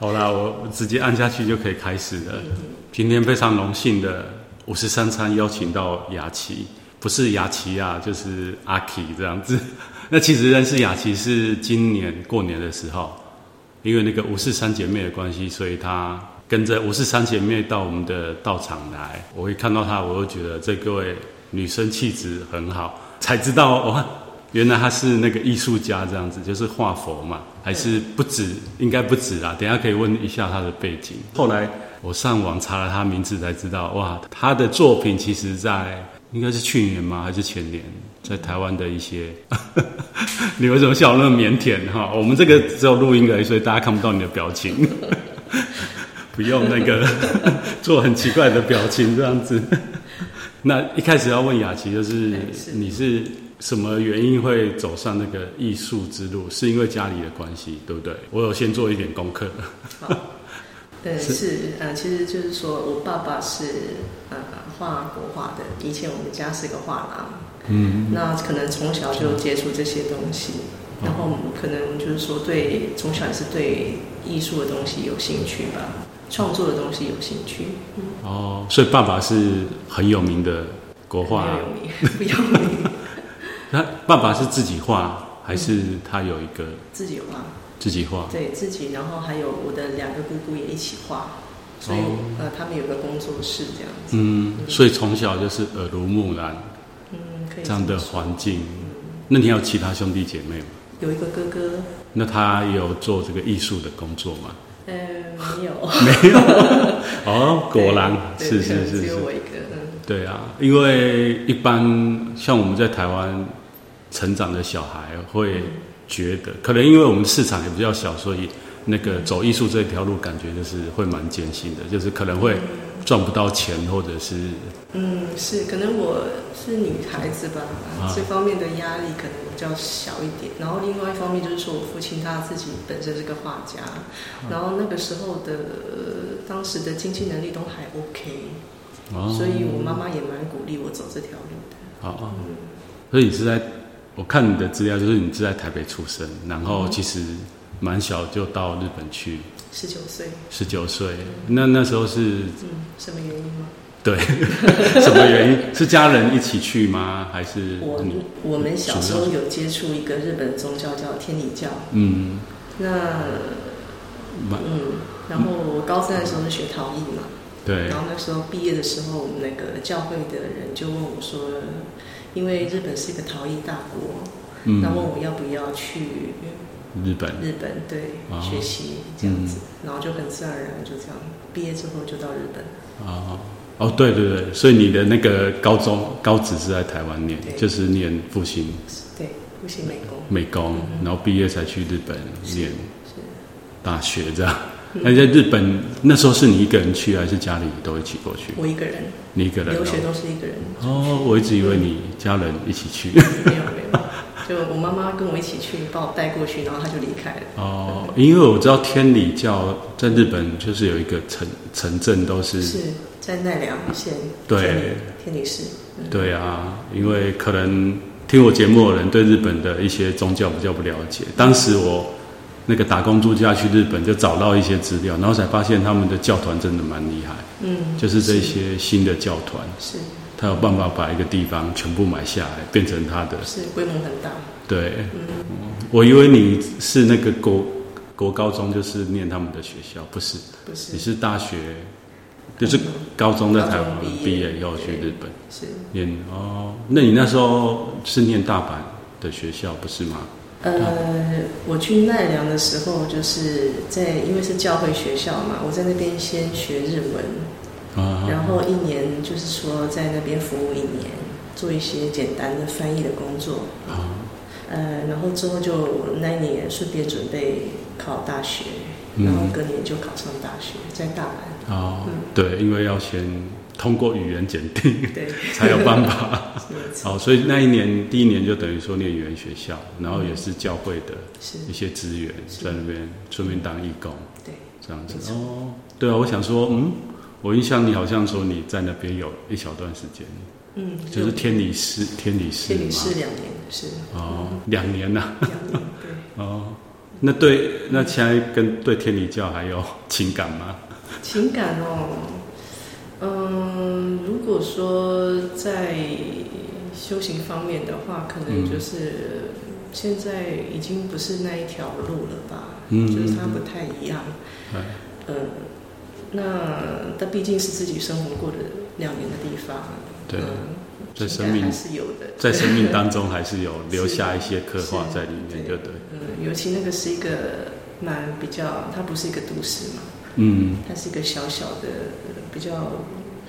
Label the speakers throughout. Speaker 1: 好啦，我直接按下去就可以开始了。今天非常荣幸的，五十三餐邀请到雅琪，不是雅琪啊，就是阿 K 这样子。那其实认识雅琪是今年过年的时候，因为那个吴氏三姐妹的关系，所以她跟着吴氏三姐妹到我们的道场来。我一看到她，我就觉得这各位女生气质很好，才知道哦，原来她是那个艺术家这样子，就是画佛嘛，还是不止，应该不止啦。等一下可以问一下她的背景。后来我上网查了她名字，才知道哇，她的作品其实在应该是去年吗？还是前年？在台湾的一些，你为什么笑那么腼腆哈？我们这个只有录音而已，所以大家看不到你的表情， 不用那个 做很奇怪的表情这样子。 那一开始要问雅琪，就是
Speaker 2: 哎是
Speaker 1: 你是什么原因会走上那个艺术之路？是因为家里的关系，对不对？我有先做一点功课，
Speaker 2: 嗯对，
Speaker 1: 是
Speaker 2: 是呃，其实就是说我爸爸是呃画国画的，以前我们家是个画廊，嗯，那可能从小就接触这些东西，然
Speaker 1: 哦
Speaker 2: 后可能就是说对从小也是对艺术的东西有兴趣吧，创作的东西有兴趣，
Speaker 1: 哦，所以爸爸是很有名的国画
Speaker 2: 没，有名， 不要名，
Speaker 1: 他爸爸是自己画还是
Speaker 2: 嗯
Speaker 1: 他有一个
Speaker 2: 自己画，
Speaker 1: 自己画？
Speaker 2: 对自己，然后还有我的两个姑姑也一起画，所以、
Speaker 1: 哦
Speaker 2: 呃他们有个工作室这样子，
Speaker 1: 嗯，所以从小就是耳濡目染
Speaker 2: 嗯，可以
Speaker 1: 这样
Speaker 2: 么
Speaker 1: 的
Speaker 2: 说
Speaker 1: 环境。那你还有其他兄弟姐妹吗？
Speaker 2: 有一个哥哥，
Speaker 1: 那他也有做这个艺术的工作 吗？
Speaker 2: 嗯、没有。
Speaker 1: 哦，果然
Speaker 2: 对
Speaker 1: 是
Speaker 2: 对
Speaker 1: 是
Speaker 2: 可能
Speaker 1: 是
Speaker 2: 只有
Speaker 1: 是，
Speaker 2: 我一个，嗯，
Speaker 1: 对啊，因为一般像我们在台湾成长的小孩会觉得，可能因为我们市场也比较小，所以那个走艺术这条路感觉就是会蛮艰辛的，就是可能会赚不到钱，或者是
Speaker 2: 嗯，是，可能我是女孩子吧，
Speaker 1: 啊
Speaker 2: 这方面的压力可能比较小一点。然后另外一方面就是说我父亲他自己本身是个画家，
Speaker 1: 啊
Speaker 2: 然后那个时候的呃当时的经济能力都还 OK，、
Speaker 1: 哦，
Speaker 2: 所以我妈妈也蛮鼓励我走这条路的。嗯
Speaker 1: 好、哦，所以你是在我看你的资料，就是你是在台北出生，然
Speaker 2: 嗯
Speaker 1: 后其实蛮小就到日本去，
Speaker 2: 十九岁，
Speaker 1: 十九岁。那那时候是
Speaker 2: 嗯，什么原因吗？
Speaker 1: 对什么原 因？是家人一起去吗？还是
Speaker 2: 我
Speaker 1: 你？
Speaker 2: 我们小时候有接触一个日本宗教叫天理教，
Speaker 1: 嗯，
Speaker 2: 那
Speaker 1: 蛮
Speaker 2: 嗯，然后我高三的时候是学陶艺嘛。
Speaker 1: 对
Speaker 2: 然后那时候毕业的时候，我们那个教会的人就问我说，因为日本是一个陶艺大国，
Speaker 1: 嗯
Speaker 2: 那问我要不要去
Speaker 1: 日本
Speaker 2: 日本对、
Speaker 1: 哦
Speaker 2: 学习这样子，
Speaker 1: 嗯
Speaker 2: 然后就很自然而然就这样，毕业之后就到日本。
Speaker 1: 哦哦对对对，所以你的那个高中高职是在台湾念
Speaker 2: 对，
Speaker 1: 就是念复兴
Speaker 2: 对，复兴美工
Speaker 1: 美工，
Speaker 2: 嗯
Speaker 1: 然后毕业才去日本念
Speaker 2: 是
Speaker 1: 大学这样。那你在日本那时候是你一个人去，还是家里都一起过去？
Speaker 2: 我一个人，
Speaker 1: 你一个人、
Speaker 2: 留学
Speaker 1: 哦？
Speaker 2: 都是一个人，
Speaker 1: 哦，我一直以为你家人一起去。
Speaker 2: 没有没有，就我妈妈跟我一起去，把我带过去，然后她就离开了。
Speaker 1: 哦，因为我知道天理教在日本就是有一个城城镇都是
Speaker 2: 是在奈良县
Speaker 1: 对
Speaker 2: 天理天理市，嗯
Speaker 1: 对啊，因为可能听我节目的人对日本的一些宗教比较不了解。当时我那个打工度假去日本，就找到一些资料，然后才发现他们的教团真的蛮厉害，
Speaker 2: 嗯，
Speaker 1: 就是这些新的教团，
Speaker 2: 是
Speaker 1: 他有办法把一个地方全部买下来，变成他的
Speaker 2: 是规模很大。嗯
Speaker 1: 对，我以为你是那个国国高中就是念他们的学校，不是，
Speaker 2: 不是
Speaker 1: 你是大学，就是高中在台湾
Speaker 2: 高中毕业
Speaker 1: 毕业以后去日本
Speaker 2: 是
Speaker 1: 念哦。那你那时候是念大阪的学校不是吗？
Speaker 2: 呃，我去奈良的时候，就是在因为是教会学校嘛，我在那边先学日文，
Speaker 1: 啊，
Speaker 2: 然后一年就是说在那边服务一年，做一些简单的翻译的工作。
Speaker 1: 啊
Speaker 2: 呃，然后之后就那一年顺便准备考大学，
Speaker 1: 嗯
Speaker 2: 然后隔年就考上大学，在大 阪。
Speaker 1: 哦，对，因为要先通过语言检 定
Speaker 2: 对，
Speaker 1: 才有办法。
Speaker 2: 没错，
Speaker 1: 哦，所以那一年第一年就等于说念语言学校，然后也是教会的
Speaker 2: 是，
Speaker 1: 一些资源在那边，顺便当义工。
Speaker 2: 对，
Speaker 1: 这样
Speaker 2: 没
Speaker 1: 子
Speaker 2: 错
Speaker 1: 哦，对啊，我想说，嗯，我印象你好像说你在那边有一小段时间，
Speaker 2: 嗯，
Speaker 1: 就是天理师天理师
Speaker 2: 天理
Speaker 1: 嘛，
Speaker 2: 是两年，是
Speaker 1: 哦，两年呐、
Speaker 2: 两年，对。
Speaker 1: 哦，那对那现在跟对天理教还有情感吗？
Speaker 2: 情感哦，嗯，如果说在修行方面的话，可
Speaker 1: 嗯
Speaker 2: 能就是现在已经不是那一条路了吧，
Speaker 1: 嗯
Speaker 2: 就是它不太一样。
Speaker 1: 哎
Speaker 2: 呃，那但毕竟是自己生活过的两年的地方，
Speaker 1: 对
Speaker 2: 嗯
Speaker 1: 在
Speaker 2: 情
Speaker 1: 生
Speaker 2: 感
Speaker 1: 命
Speaker 2: 还是有的，
Speaker 1: 在生命
Speaker 2: 对
Speaker 1: 当中还是有留下一些刻画
Speaker 2: 是
Speaker 1: 在里面，
Speaker 2: 对
Speaker 1: 对不对？
Speaker 2: 嗯，尤其那个是一个蛮比较，它不是一个都市嘛，
Speaker 1: 嗯，
Speaker 2: 它是一个小小的呃比较，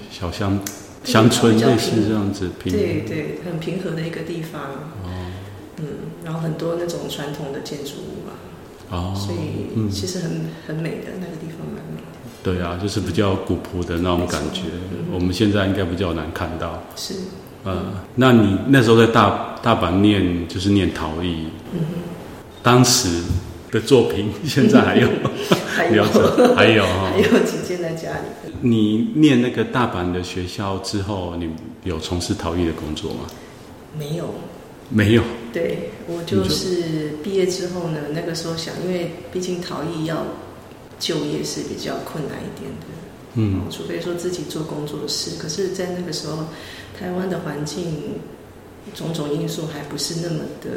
Speaker 1: 小乡乡村
Speaker 2: 比较
Speaker 1: 类似
Speaker 2: 平
Speaker 1: 这样子平
Speaker 2: 对对，很平和的一个地方，
Speaker 1: 哦
Speaker 2: 嗯，然后很多那种传统的建筑物嘛，所
Speaker 1: 哦，
Speaker 2: 以
Speaker 1: 嗯
Speaker 2: 其实很很美的那个地方蛮美的，
Speaker 1: 对啊，就是比较古朴的那种感觉
Speaker 2: 没错，嗯
Speaker 1: 我们现在应该比较难看到。
Speaker 2: 是，
Speaker 1: 呃，那你那时候在大大阪念就是念陶艺，
Speaker 2: 嗯哼，
Speaker 1: 当时的作品现在还有
Speaker 2: 还有
Speaker 1: 留着，还有哦
Speaker 2: 还有几间在家里，
Speaker 1: 你念那个大阪的学校之后，你有从事陶艺的工作吗？
Speaker 2: 没有，
Speaker 1: 没有，
Speaker 2: 对我就是毕业之后呢，那个时候想，因为毕竟陶艺要就业是比较困难一点的，
Speaker 1: 嗯，
Speaker 2: 除非说自己做工作室。可是，在那个时候，台湾的环境种种因素还不是那么的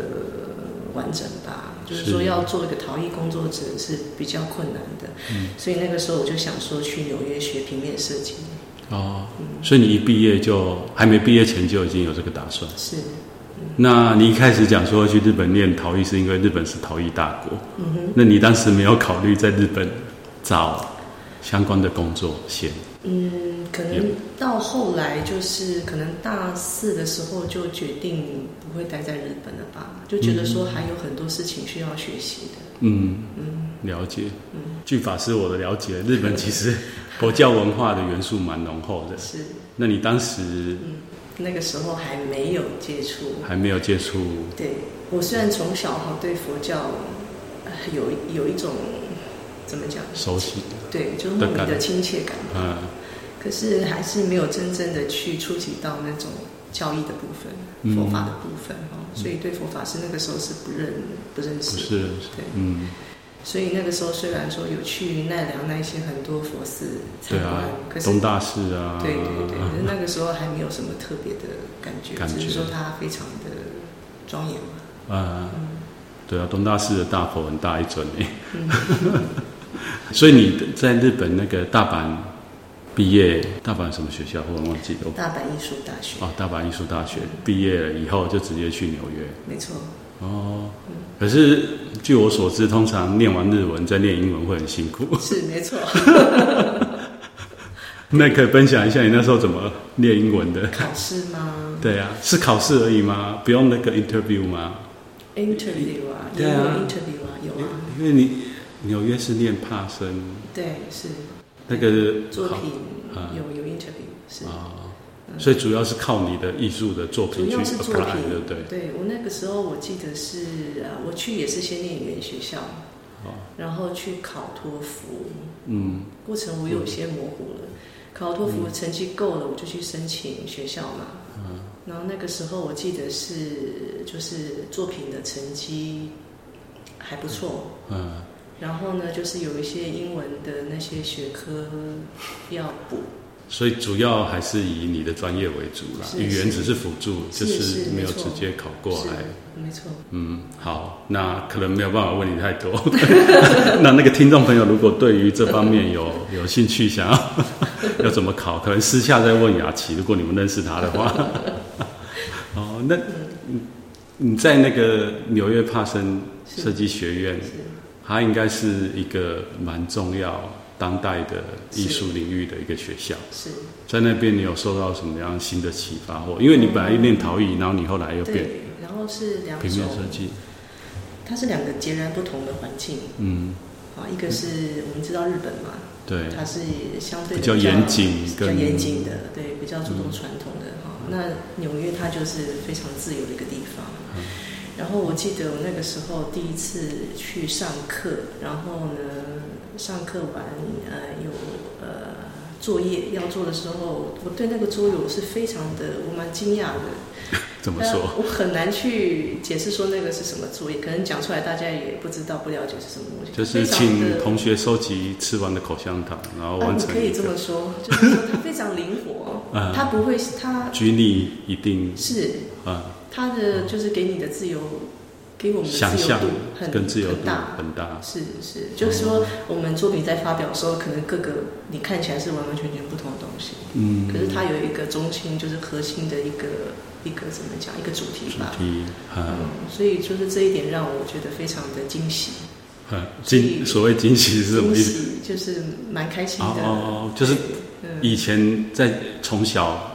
Speaker 2: 完整吧，就是说
Speaker 1: 是
Speaker 2: 要做一个陶艺工作者是比较困难的。
Speaker 1: 嗯
Speaker 2: 所以那个时候我就想说去纽约学平面设计，
Speaker 1: 哦，所以你一毕业就还没毕业前就已经有这个打算。
Speaker 2: 是，
Speaker 1: 那你一开始讲说去日本念陶艺，是因为日本是陶艺大国，
Speaker 2: 嗯哼。
Speaker 1: 那你当时没有考虑在日本找相关的工作先？
Speaker 2: 嗯，可能到后来就是可能大四的时候就决定不会待在日本了吧，就觉得说还有很多事情需要学习的。
Speaker 1: 嗯，
Speaker 2: 嗯
Speaker 1: 了解。
Speaker 2: 嗯，
Speaker 1: 据法师我的了解，日本其实佛教文化的元素蛮浓厚的。
Speaker 2: 是
Speaker 1: 那你当时
Speaker 2: 那个时候还没有接触。
Speaker 1: 还没有接触，
Speaker 2: 对我虽然从小哈对佛教呃有有一种怎么讲，
Speaker 1: 熟悉，
Speaker 2: 对，就是莫名
Speaker 1: 的感
Speaker 2: 的亲切感，
Speaker 1: 嗯，
Speaker 2: 可是还是没有真正的去触及到那种教义的部分、
Speaker 1: 嗯
Speaker 2: 佛法的部分哈，所以对佛法是那个时候是不认不认
Speaker 1: 不
Speaker 2: 识的。
Speaker 1: 是，
Speaker 2: 对
Speaker 1: 嗯，
Speaker 2: 所以那个时候虽然说有去奈良那一些很多佛寺参
Speaker 1: 对啊
Speaker 2: 观，可，是
Speaker 1: 东大寺啊，
Speaker 2: 对对对，可是那个时候还没有什么特别的感觉，
Speaker 1: 感觉
Speaker 2: 只是说它非常的庄严嘛。
Speaker 1: 啊，
Speaker 2: 嗯
Speaker 1: 对啊，东大寺的大佛很大一尊诶。
Speaker 2: 嗯，
Speaker 1: 所以你在日本那个大阪毕业，大阪什么学校？我忘记了。
Speaker 2: 大阪艺术大学，
Speaker 1: 哦，大阪艺术大学毕业了以后就直接去纽约。
Speaker 2: 没错，
Speaker 1: 哦，
Speaker 2: 嗯
Speaker 1: 可是据我所知，通常念完日文再念英文会很辛苦。
Speaker 2: 是没错，
Speaker 1: 那可以分享一下你那时候怎么念英文的？
Speaker 2: 考试吗
Speaker 1: 对啊，是考试而已吗？不用那个 interview 吗？
Speaker 2: ？Interview 啊，有
Speaker 1: 对啊
Speaker 2: 没有 interview 啊？有啊，
Speaker 1: 因为你纽约是念帕森，
Speaker 2: 对，是
Speaker 1: 那个
Speaker 2: 作
Speaker 1: 好
Speaker 2: 品
Speaker 1: 嗯
Speaker 2: 有有 interview 是。
Speaker 1: 啊，
Speaker 2: 嗯
Speaker 1: 所以主要是靠你的艺术的作
Speaker 2: 主
Speaker 1: 品去
Speaker 2: 要是作
Speaker 1: apply，
Speaker 2: 品
Speaker 1: 对不对？
Speaker 2: 我那个时候我记得是呃，我去也是先念语言学校，
Speaker 1: 哦，
Speaker 2: 然后去考托福，
Speaker 1: 嗯，
Speaker 2: 过程我有些模糊了。考托福成绩够了，我就去申请学校嘛。
Speaker 1: 嗯
Speaker 2: 然后那个时候我记得是就是作品的成绩还不错，
Speaker 1: 嗯，
Speaker 2: 然后呢就是有一些英文的那些学科要补，
Speaker 1: 所以主要还是以你的专业为主啦，
Speaker 2: 是
Speaker 1: 语言只是辅助，
Speaker 2: 是
Speaker 1: 就是
Speaker 2: 是
Speaker 1: 没有
Speaker 2: 没错
Speaker 1: 直接考过来。
Speaker 2: 是没错。
Speaker 1: 嗯，好，那可能没有办法问你太多。 那那个听众朋友，如果对于这方面 有有兴趣，想要 要怎么考，可能私下再问雅琪。如果你们认识他的话， 哦，那你你在那个纽约帕森
Speaker 2: 是
Speaker 1: 设计学院，
Speaker 2: 是
Speaker 1: 它应该是一个蛮重要当代的艺术领域的一个学校。
Speaker 2: 是，
Speaker 1: 在那边，你有受到什么样新的启发？或因为你本来念陶艺，然后你后来又变
Speaker 2: 对。然后是两
Speaker 1: 平面
Speaker 2: 种，
Speaker 1: 设计，
Speaker 2: 它是两个截然不同的环境
Speaker 1: 嗯，
Speaker 2: 啊。一个是我们知道日本嘛，
Speaker 1: 对。
Speaker 2: 它是相对
Speaker 1: 比
Speaker 2: 的
Speaker 1: 较严谨
Speaker 2: 比较
Speaker 1: 跟嗯
Speaker 2: 严谨的，对，比较注重传统的哈、那纽约它就是非常自由的一个地方。
Speaker 1: 嗯
Speaker 2: 然后我记得我那个时候第一次去上课，然后呢，上课完呃有呃作业要做的时候，我对那个桌游是非常的，我蛮惊讶的。呃
Speaker 1: 怎么说？
Speaker 2: 我很难去解释说那个是什么作业，可能讲出来大家也不知道、不了解是什么东西。
Speaker 1: 就是请同学收集吃完的口香糖，然后完成、呃
Speaker 2: 啊。可以这么说，就是说它非常灵活，嗯、它不会它。
Speaker 1: 举例 E 一定呃
Speaker 2: 是啊，它的就是给你的自由。给我们的
Speaker 1: 想象
Speaker 2: 很
Speaker 1: 跟自由度
Speaker 2: 很大，
Speaker 1: 很大
Speaker 2: 是是，就是说我们作品在发表的时候，可能各个你看起来是完完全全不同的东西，嗯，可是它有一个中心，就是核心的一个一个怎么讲，一个主题吧，
Speaker 1: 主题，呃
Speaker 2: 嗯，所以就是这一点让我觉得非常的惊喜，
Speaker 1: 嗯，惊所谓惊喜是什么意思？
Speaker 2: 就是蛮开心的，
Speaker 1: 哦，就是以前在从小。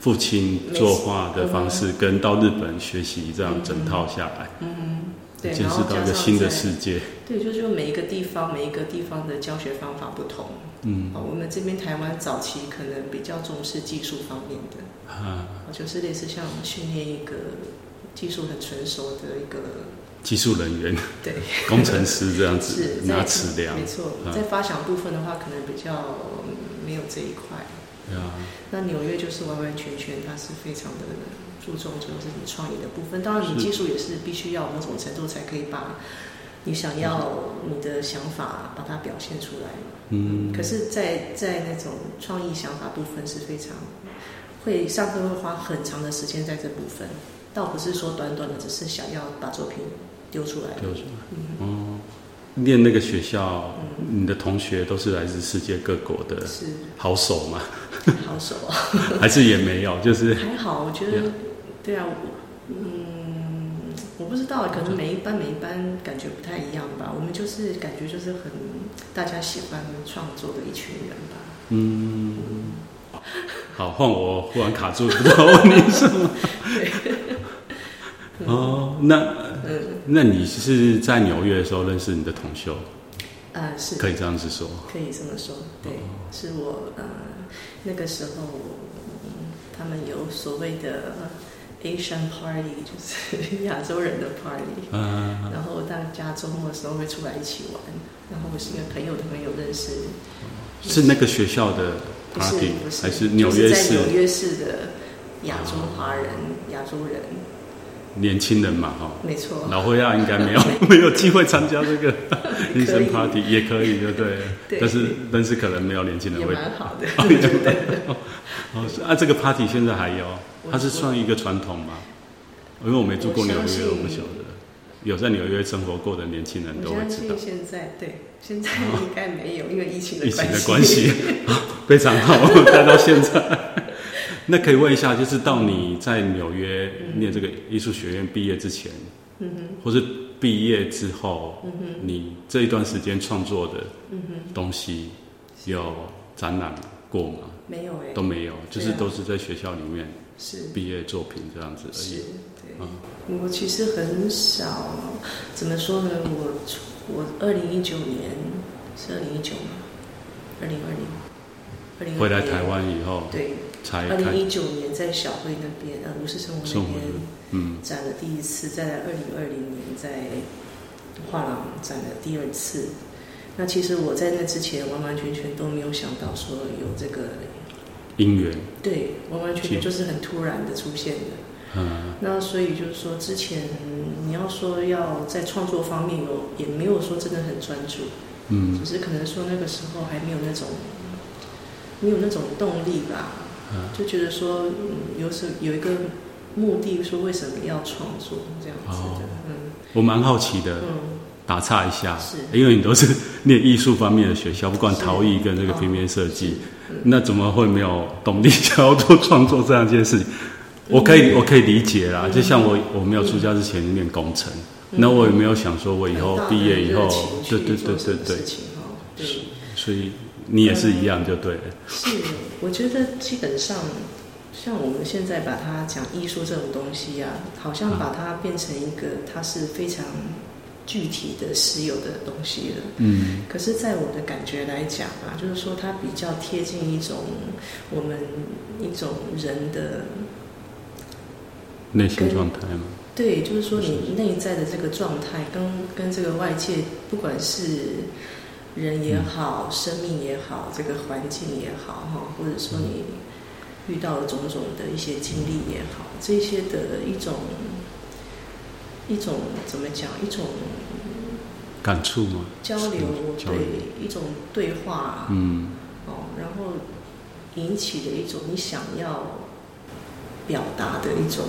Speaker 1: 父亲作画的方式，跟到日本学习这样整套下来，
Speaker 2: 嗯，对，
Speaker 1: 见识到一个新的世界。
Speaker 2: 对，就是说每一个地方，每一个地方的教学方法不同。嗯，哦，我们这边台湾早期可能比较重视技术方面的，啊，就是类似像训练一个技术很成熟的一个
Speaker 1: 技术人员，
Speaker 2: 对，
Speaker 1: 工程师这样子拿尺量。嗯
Speaker 2: 没错，在发想部分的话，可能比较没有这一块。那纽约就是完完全全，它是非常的注重就是你创意的部分。当然，你技术也是必须要某种程度才可以把你想
Speaker 1: 嗯
Speaker 2: 要你的想法把它表现出来。嗯。可是在，在在那种创意想法部分是非常会上课会花很长的时间在这部分，倒不是说短短的，只是想要把作品丢出来。
Speaker 1: 丢出来。嗯。念那个学校，你的同学都是来自世界各国的好手嘛？
Speaker 2: 好手， 啊
Speaker 1: 还是也没有，就是
Speaker 2: 还好。我觉得，对啊，嗯，我不知道，可能每一班每一班感觉不太一样吧。我们就是感觉就是很大家喜欢创作的一群人吧。
Speaker 1: 嗯，好，换我忽然卡住，不知道问你什么。哦，那。嗯，那你是在纽约的时候认识你的同修？
Speaker 2: 呃，是
Speaker 1: 可以这样子说，
Speaker 2: 可以这么说，对，哦、是我呃那个时候、嗯，他们有所谓的 Asian Party，就是 亚洲人的 Party，嗯，
Speaker 1: 呃
Speaker 2: 然后大家周末的时候会出来一起玩，然后我是一个朋友的朋友认识，
Speaker 1: 是那个学校的 Party，
Speaker 2: 不是
Speaker 1: 啊还是纽约市？
Speaker 2: 纽约市的亚洲华人，亚、哦、洲人。
Speaker 1: 年轻人嘛，哈，
Speaker 2: 没错，
Speaker 1: 老灰亚应该没有 没有机会参加这个医生 party，也可以，对不对？
Speaker 2: 对
Speaker 1: 但是但是可能没有年轻人会。
Speaker 2: 蛮 好的，我觉 得。
Speaker 1: 哦，啊，这个 party 现在还有，它是算一个传统吗？因为我没住过纽约，我不晓得。有在纽约生活过的年轻人都会知道。哦
Speaker 2: 现在对，现在应该没有，因为疫情的
Speaker 1: 疫情的关系， 非常好，待到现在。 那可以问一下，就是到你在纽约念这个艺术学院毕业之前，嗯或是毕业之后，嗯你这一段时间创作的东西有展览过吗？
Speaker 2: 没有哎，
Speaker 1: 都没有，就是都是在学校里面
Speaker 2: 是
Speaker 1: 毕业作品这样子而已。嗯
Speaker 2: 对，我其实很少，怎么说呢？我我二零一九年是二零一九吗？二零二零，二零
Speaker 1: 回来台湾以后，
Speaker 2: 对。二零一九年在小会那边，呃，吴氏生活那边，嗯，展了第一次，在二零二零年在画廊展了第二次。那其实我在那之前完完全全都没有想到说有这个
Speaker 1: 姻缘，
Speaker 2: 对，完完全全就是很突然的出现的。
Speaker 1: 呃
Speaker 2: 嗯，那所以就是说，之前你要说要在创作方面有，也没有说真的很专注，嗯，只是可能说那个时候还没有那种没有那种动力吧。就觉得说，嗯，有什有一个目的，说为什么要创作这样子
Speaker 1: 哦
Speaker 2: 的，嗯，
Speaker 1: 我蛮好奇的，
Speaker 2: 嗯，
Speaker 1: 打岔一下，
Speaker 2: 是，
Speaker 1: 因为你都是念艺术方面的学校，不管陶艺跟这个平面设计，那怎么会没有动力想要做创作这样一件事情？我可以，我可以理解啦，就像我我没有出家之前念工程，那我也没有想说我以后毕业以后，对对嗯对对对，
Speaker 2: 对，
Speaker 1: 所以你也是一样就对了，
Speaker 2: 是。我觉得基本上，像我们现在把它讲艺术这种东西啊，好像把它变成一个它是非常具体的、实有的东西了。
Speaker 1: 嗯。
Speaker 2: 可是，在我的感觉来讲啊，就是说它比较贴近一种我们一种人的
Speaker 1: 内心状态吗？
Speaker 2: 对，就是说你内在的这个状态跟，跟跟这个外界，不管是。人也好，生命也好，这个环境也好，哈，或者说你遇到的种种的一些经历也好，这些的一种一种怎么讲，一种
Speaker 1: 感触吗？
Speaker 2: 交流，
Speaker 1: 交流
Speaker 2: 对，一种对话，
Speaker 1: 嗯
Speaker 2: 哦，然后引起的一种你想要表达的一种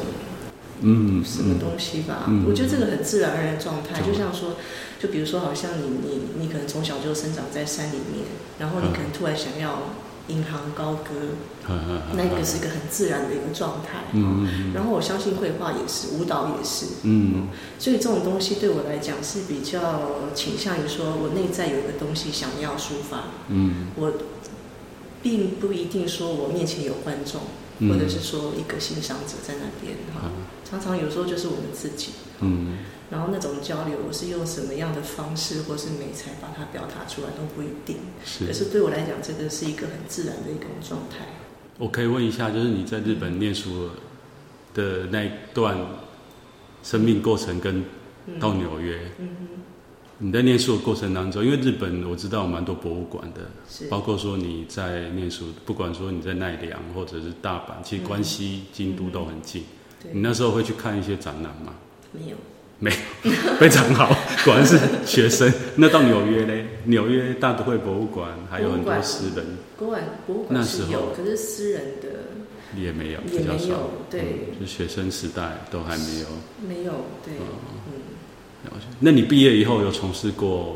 Speaker 1: 嗯，
Speaker 2: 什么东西吧。
Speaker 1: 嗯
Speaker 2: 我觉得这个很自然而然的状态，
Speaker 1: 嗯
Speaker 2: 就像说，就比如说，好像你你你可能从小就生长在山里面，然后你
Speaker 1: 嗯
Speaker 2: 可能突然想要银行高歌，
Speaker 1: 嗯
Speaker 2: 那个是一个很自然的一个状态。
Speaker 1: 嗯嗯
Speaker 2: 然后我相信绘画也是，舞蹈也是，
Speaker 1: 嗯
Speaker 2: 所以这种东西对我来讲是比较倾向于说我内在有一个东西想要抒发，
Speaker 1: 嗯
Speaker 2: 我并不一定说我面前有观众，
Speaker 1: 嗯
Speaker 2: 或者是说一个欣赏者在那边哈，常常有时候就是我们自己。
Speaker 1: 嗯
Speaker 2: 然后那种交流，我是用什么样的方式或是美才把它表达出来都不一定。可
Speaker 1: 是。
Speaker 2: 是对我来讲，这个是一个很自然的一种状态。
Speaker 1: 我可以问一下，就是你在日本念书的那一段生命过程，跟
Speaker 2: 嗯
Speaker 1: 到纽约，
Speaker 2: 嗯哼，
Speaker 1: 你在念书的过程当中，因为日本我知道有蛮多博物馆的，
Speaker 2: 是
Speaker 1: 包括说你在念书，不管说你在奈良或者是大阪，其实关西、京都都很近。你
Speaker 2: 对，
Speaker 1: 那时候会去看一些展览吗？
Speaker 2: 没有。
Speaker 1: 非常好，果然是学生。那到纽约嘞，纽约大都会博物馆还有很
Speaker 2: 博物
Speaker 1: 多
Speaker 2: 馆
Speaker 1: 私人
Speaker 2: 博物馆博物
Speaker 1: 那
Speaker 2: 馆
Speaker 1: 时
Speaker 2: 是
Speaker 1: 候
Speaker 2: 有，可是私人的
Speaker 1: 也没有，
Speaker 2: 也
Speaker 1: 比较
Speaker 2: 没
Speaker 1: 少
Speaker 2: 有。，对，
Speaker 1: 嗯，就学生时代都还没有
Speaker 2: 没有，对，
Speaker 1: 哦
Speaker 2: 嗯，
Speaker 1: 了解。那你毕业以后有从事过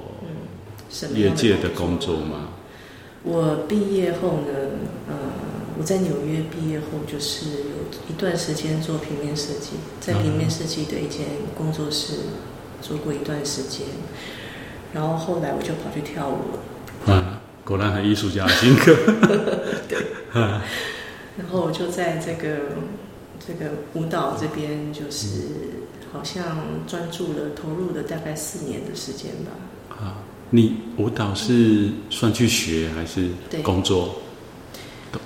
Speaker 2: 什么
Speaker 1: 业
Speaker 2: 样
Speaker 1: 界的工作？吗？
Speaker 2: 我毕业后呢，呃，我在纽约毕业后就是有一段时间做平面设计，在平面设计的一间工作室做过一段时间，然后后来我就跑去跳舞了，
Speaker 1: 啊，果然很艺术家的性格。
Speaker 2: 然后我就在这个这个舞蹈这边就是。好像专注了，投入了大概四年的时间吧。
Speaker 1: 啊，你舞蹈是算去学还是
Speaker 2: 对
Speaker 1: 工作？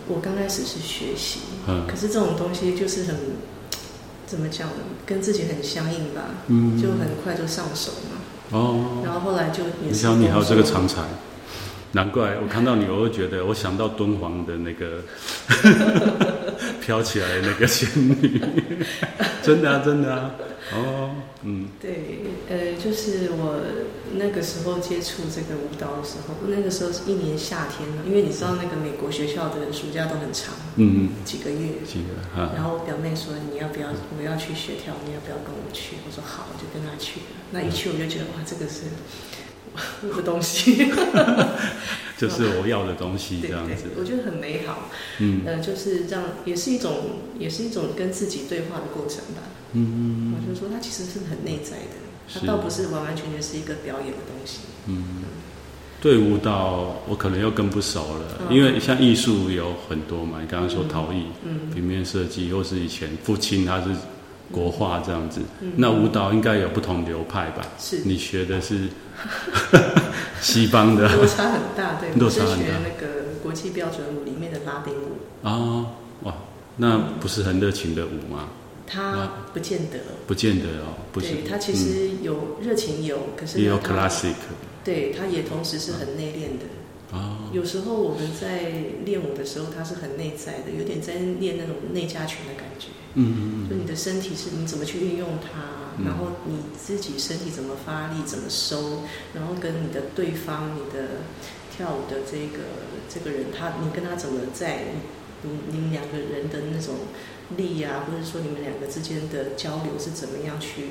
Speaker 2: 我刚开始是学习，
Speaker 1: 嗯
Speaker 2: 可是这种东西就是很怎么讲，跟自己很相应吧，
Speaker 1: 嗯，
Speaker 2: 就很快就上手嘛。
Speaker 1: 哦，
Speaker 2: 然后后来就也
Speaker 1: 你
Speaker 2: 是
Speaker 1: 想你还有这个
Speaker 2: 工作
Speaker 1: 长才，难怪我看到你，我会觉得我想到敦煌的那个 飘起来的那个仙女， 真的啊，真的啊，哦，嗯
Speaker 2: 对，呃，就是我那个时候接触这个舞蹈的时候，那个时候是一年夏天嘛，因为你知道那个美国学校的暑假都很长，
Speaker 1: 嗯，
Speaker 2: 几个月。
Speaker 1: 记得哈，
Speaker 2: 然后我表妹说你要不要，我要去学跳，你要不要跟我去？我说好，我就跟她去了。那一去我就觉得哇，这个是 我的东西，
Speaker 1: 这是我要的东西，
Speaker 2: 对
Speaker 1: 这样
Speaker 2: 对
Speaker 1: 子，，
Speaker 2: 我觉得很美好。
Speaker 1: 嗯
Speaker 2: 呃，就是这样，也是一种，也是一种跟自己对话的过程吧。
Speaker 1: 嗯
Speaker 2: 我就说它其实是很内在的，它
Speaker 1: 是
Speaker 2: 倒不是完完全全是一个表演的东西。
Speaker 1: 嗯，对舞蹈我可能又更不熟了，
Speaker 2: 嗯
Speaker 1: 因为像艺术有很多嘛，你刚刚说陶艺，
Speaker 2: 嗯
Speaker 1: 平面设计，或是以前父亲他是国画这样子。
Speaker 2: 嗯，
Speaker 1: 那舞蹈应该有不同流派吧？
Speaker 2: 是
Speaker 1: 你学的是西方的
Speaker 2: 落差很大，对，
Speaker 1: 落
Speaker 2: 我是
Speaker 1: 差很
Speaker 2: 学
Speaker 1: 大
Speaker 2: 那个国际标准舞里面的拉丁舞，
Speaker 1: 哦，哇，那不是很热情的舞吗？
Speaker 2: 它不见得，
Speaker 1: 不见得哦，不是
Speaker 2: 对，。它其实有热情有，可
Speaker 1: 嗯
Speaker 2: 是
Speaker 1: 也有
Speaker 2: 呢它
Speaker 1: classic
Speaker 2: 对，它也同时是很内敛的。
Speaker 1: 哦，
Speaker 2: 有时候我们在练舞的时候，它是很内在的，有点在练那种内家拳的感觉。
Speaker 1: 嗯嗯
Speaker 2: 就你的身体是你怎么去运用它，
Speaker 1: 嗯
Speaker 2: 然后你自己身体怎么发力、怎么收，然后跟你的对方、你的跳舞的这个这个人，他你跟他怎么在你你们两个人的那种力啊，或者说你们两个之间的交流是怎么样去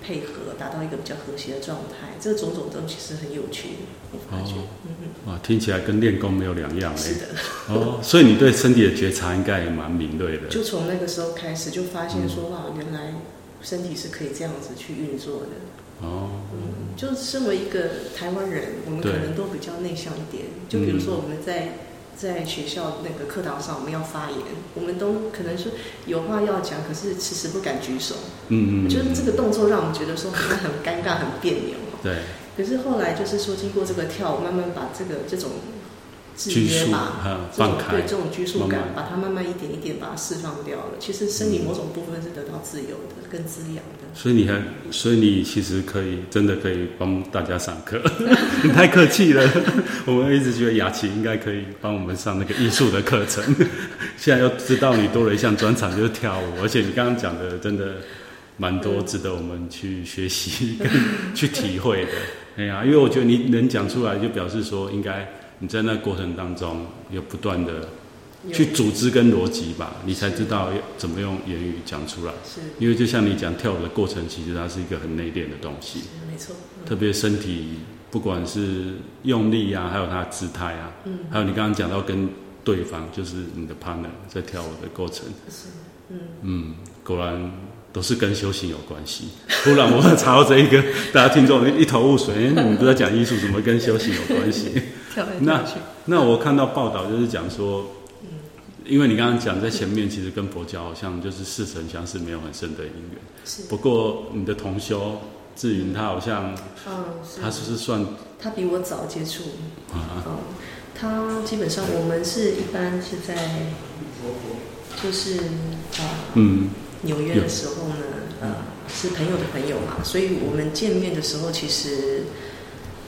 Speaker 2: 配合，达到一个比较和谐的状态，这种种东西是很有趣的，我发觉，
Speaker 1: 哦
Speaker 2: 嗯
Speaker 1: 嗯，哇，听起来跟练功没有两样
Speaker 2: 嗯，
Speaker 1: 嘞
Speaker 2: 是。的。
Speaker 1: 哦，所以你对身体的觉察应该也蛮敏锐的。
Speaker 2: 就从那个时候开始，就发
Speaker 1: 嗯
Speaker 2: 现说、哇，原来身体是可以这样子去运作的。
Speaker 1: 哦，
Speaker 2: 嗯，就身为一个台湾人，我们可
Speaker 1: 对
Speaker 2: 能都比较内向一点。就比如说我们在、在学校那个课堂上，我们要发言，我们都可能是有话要讲，可是迟迟不敢举手。
Speaker 1: 嗯嗯嗯，
Speaker 2: 就是这个动作让我们觉得说好像很尴尬、很别扭。
Speaker 1: 对，
Speaker 2: 可是后来就是说，经过这个跳舞，慢慢把这个这种制约吧，
Speaker 1: 嗯，
Speaker 2: 这
Speaker 1: 放
Speaker 2: 种
Speaker 1: 开
Speaker 2: 对这，种拘束
Speaker 1: 慢
Speaker 2: 感
Speaker 1: 慢，
Speaker 2: 把它慢慢一点一点把它释放掉了。其实身体某种部分是得到自由的，跟滋养的。
Speaker 1: 所以你还，所以你其实可以，真的可以帮大家上课，你太客气了。我们一直觉得雅琪应该可以帮我们上那个艺术的课程， 现在又知道你多了一项专长就是跳舞，而且你刚刚讲的真的蛮多值得我们去学习跟去体会的。哎呀，因为我觉得你能讲出来，就表示说应该你在那过程当中有不断的
Speaker 2: 有
Speaker 1: 去组织跟逻辑吧，你才知道要怎么用言语讲出来。
Speaker 2: 是
Speaker 1: 因为就像你讲跳舞的过程，其实它是一个很内敛的东西
Speaker 2: 是，没错，嗯
Speaker 1: 特别身体不管是用力啊，还有它的姿态啊，
Speaker 2: 嗯
Speaker 1: 还有你刚刚讲到跟对方，就是你的 partner 在跳舞的过程，
Speaker 2: 是嗯，
Speaker 1: 嗯，果然都是跟修行有关系。突然我查到这一个，大家听众一头雾水，哎，你们都在讲艺术，怎么跟修行有关系？
Speaker 2: 跳来
Speaker 1: 那
Speaker 2: 跳去，
Speaker 1: 那我看到报道就是讲说，因为你刚刚讲在前面，其实跟佛教好像就是似曾相识，没有很深的因缘。
Speaker 2: 是
Speaker 1: 不过你的同修志云，他好像
Speaker 2: 嗯，
Speaker 1: 他是不是算
Speaker 2: 他比我早接触，
Speaker 1: 啊？
Speaker 2: 嗯，他基本上我们是一般是在，就是呃
Speaker 1: 嗯，
Speaker 2: 纽约的时候呢，呃
Speaker 1: 啊
Speaker 2: 是朋友的朋友嘛，所以我们见面的时候其实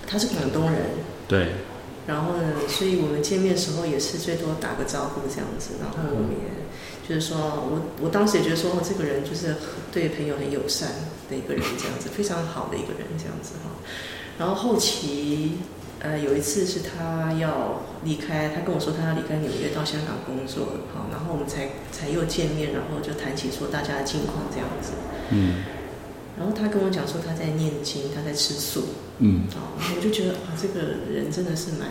Speaker 2: 他是广东人，
Speaker 1: 对，
Speaker 2: 然后呢，所以我们见面的时候也是最多打个招呼这样子，然后我们也就是说，我我当时也觉得说，哦，这个人就是很对朋友很友善的一个人这样子，非常好的一个人这样子哈。然后后期，呃，有一次是他要离开，他跟我说他要离开纽约到香港工作，好，然后我们才才又见面，然后就谈起说大家的近况这样子。
Speaker 1: 嗯
Speaker 2: 然后他跟我讲说他在念经，他在吃素，
Speaker 1: 嗯，
Speaker 2: 哦，我就觉得哇，这个人真的是蛮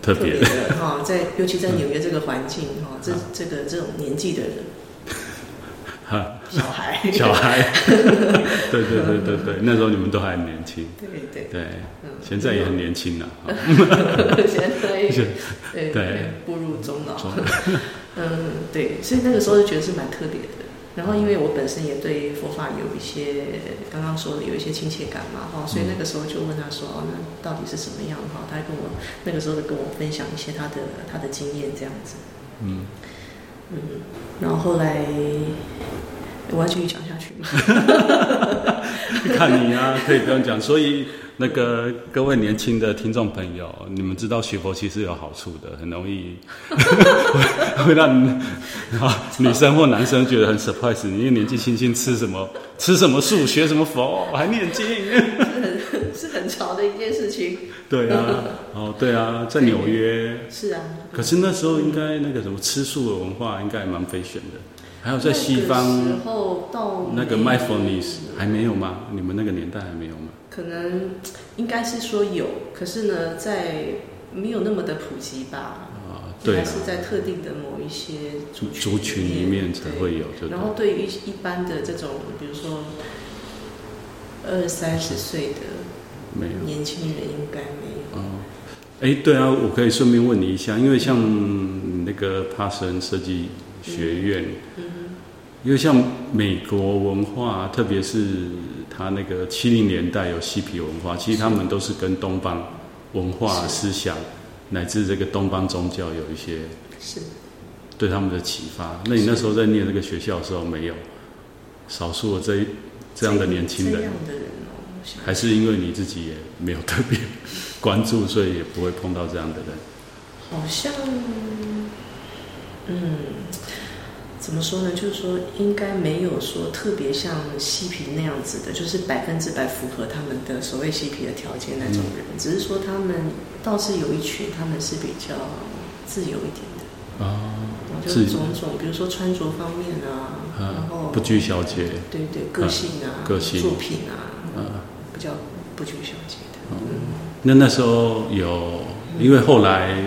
Speaker 1: 特别嗯
Speaker 2: 别的哈、在尤其在纽约这个环境哈、这这个这种年纪的人
Speaker 1: 哈，
Speaker 2: 小孩，
Speaker 1: 小孩， 对对对对对，那时候你们都还很年轻，
Speaker 2: 对对，
Speaker 1: 对，
Speaker 2: 嗯，
Speaker 1: 现在也很年轻了、啊。
Speaker 2: 现在
Speaker 1: 就
Speaker 2: 对
Speaker 1: 对
Speaker 2: 步入中老，
Speaker 1: 中
Speaker 2: 嗯，对，所以那个时候就觉得是蛮特别的。然后因为我本身也对佛法有一些刚刚说的有一些亲切感嘛哈、所以那个时候就问他说哦，那到底是什么样哈、他跟我那个时候就跟我分享一些他的他的经验这样子。
Speaker 1: 嗯，
Speaker 2: 嗯，然后后来我要继续讲下去吗？
Speaker 1: 看你啊，可以不用讲。所以那个各位年轻的听众朋友，你们知道学佛其实有好处的，很容易 会会让你啊女生或男生觉得很 surprise，你因为年纪轻轻吃什么吃什么素，学什么佛，还念经。
Speaker 2: 是很潮的一件事情。
Speaker 1: 对 啊，哦对啊，在纽约，
Speaker 2: 是啊，
Speaker 1: 可是那时候应该那个什么吃素的文化应该还蛮飞旋的，还有在西
Speaker 2: 那个
Speaker 1: 方
Speaker 2: 时候到
Speaker 1: 那个
Speaker 2: 美
Speaker 1: mindfulness 还没有吗？你们那个年代还没有吗？
Speaker 2: 可能应该是说有，可是呢，在没有那么的普及吧，
Speaker 1: 啊，对
Speaker 2: 还
Speaker 1: 啊。
Speaker 2: 是在特定的某一些族群
Speaker 1: 族群里面才
Speaker 2: 对
Speaker 1: 会有，就
Speaker 2: 然后对于一一般的这种，比如说二三十岁的
Speaker 1: 没有。
Speaker 2: 年轻人，应该没有。
Speaker 1: 哦，哎，对啊，我可以顺便问你一下，因为像那个帕森设计学院，
Speaker 2: 嗯
Speaker 1: 因为像美国文化，特别是他那个七零年代有嬉皮文化，其实他们都是跟东方文化
Speaker 2: 是
Speaker 1: 思想乃至这个东方宗教有一些
Speaker 2: 哼，是。
Speaker 1: 对他们的启发。那你那时候在念这个学校的时候，没有少数的这一这样的年轻
Speaker 2: 这
Speaker 1: 人
Speaker 2: 样，的人哦，我想
Speaker 1: 还是因为你自己也没有特别关注，所以也不会碰到这样的人。
Speaker 2: 好像，嗯，怎么说呢？就是说，应该没有说特别像嬉皮那样子的，就是百分之百符合他们的所谓嬉皮的条件那种人。
Speaker 1: 嗯
Speaker 2: 只是说，他们倒是有一群，他们是比较自由一点的，
Speaker 1: 哦，
Speaker 2: 然后就
Speaker 1: 自
Speaker 2: 是
Speaker 1: 由
Speaker 2: 种种，比如说穿着方面啊，然后
Speaker 1: 嗯，不拘小节，
Speaker 2: 对对，个性啊，
Speaker 1: 个性
Speaker 2: 作品啊，
Speaker 1: 嗯，
Speaker 2: 比较不拘小节的。
Speaker 1: 哦
Speaker 2: 嗯
Speaker 1: 那那时候有，因为后来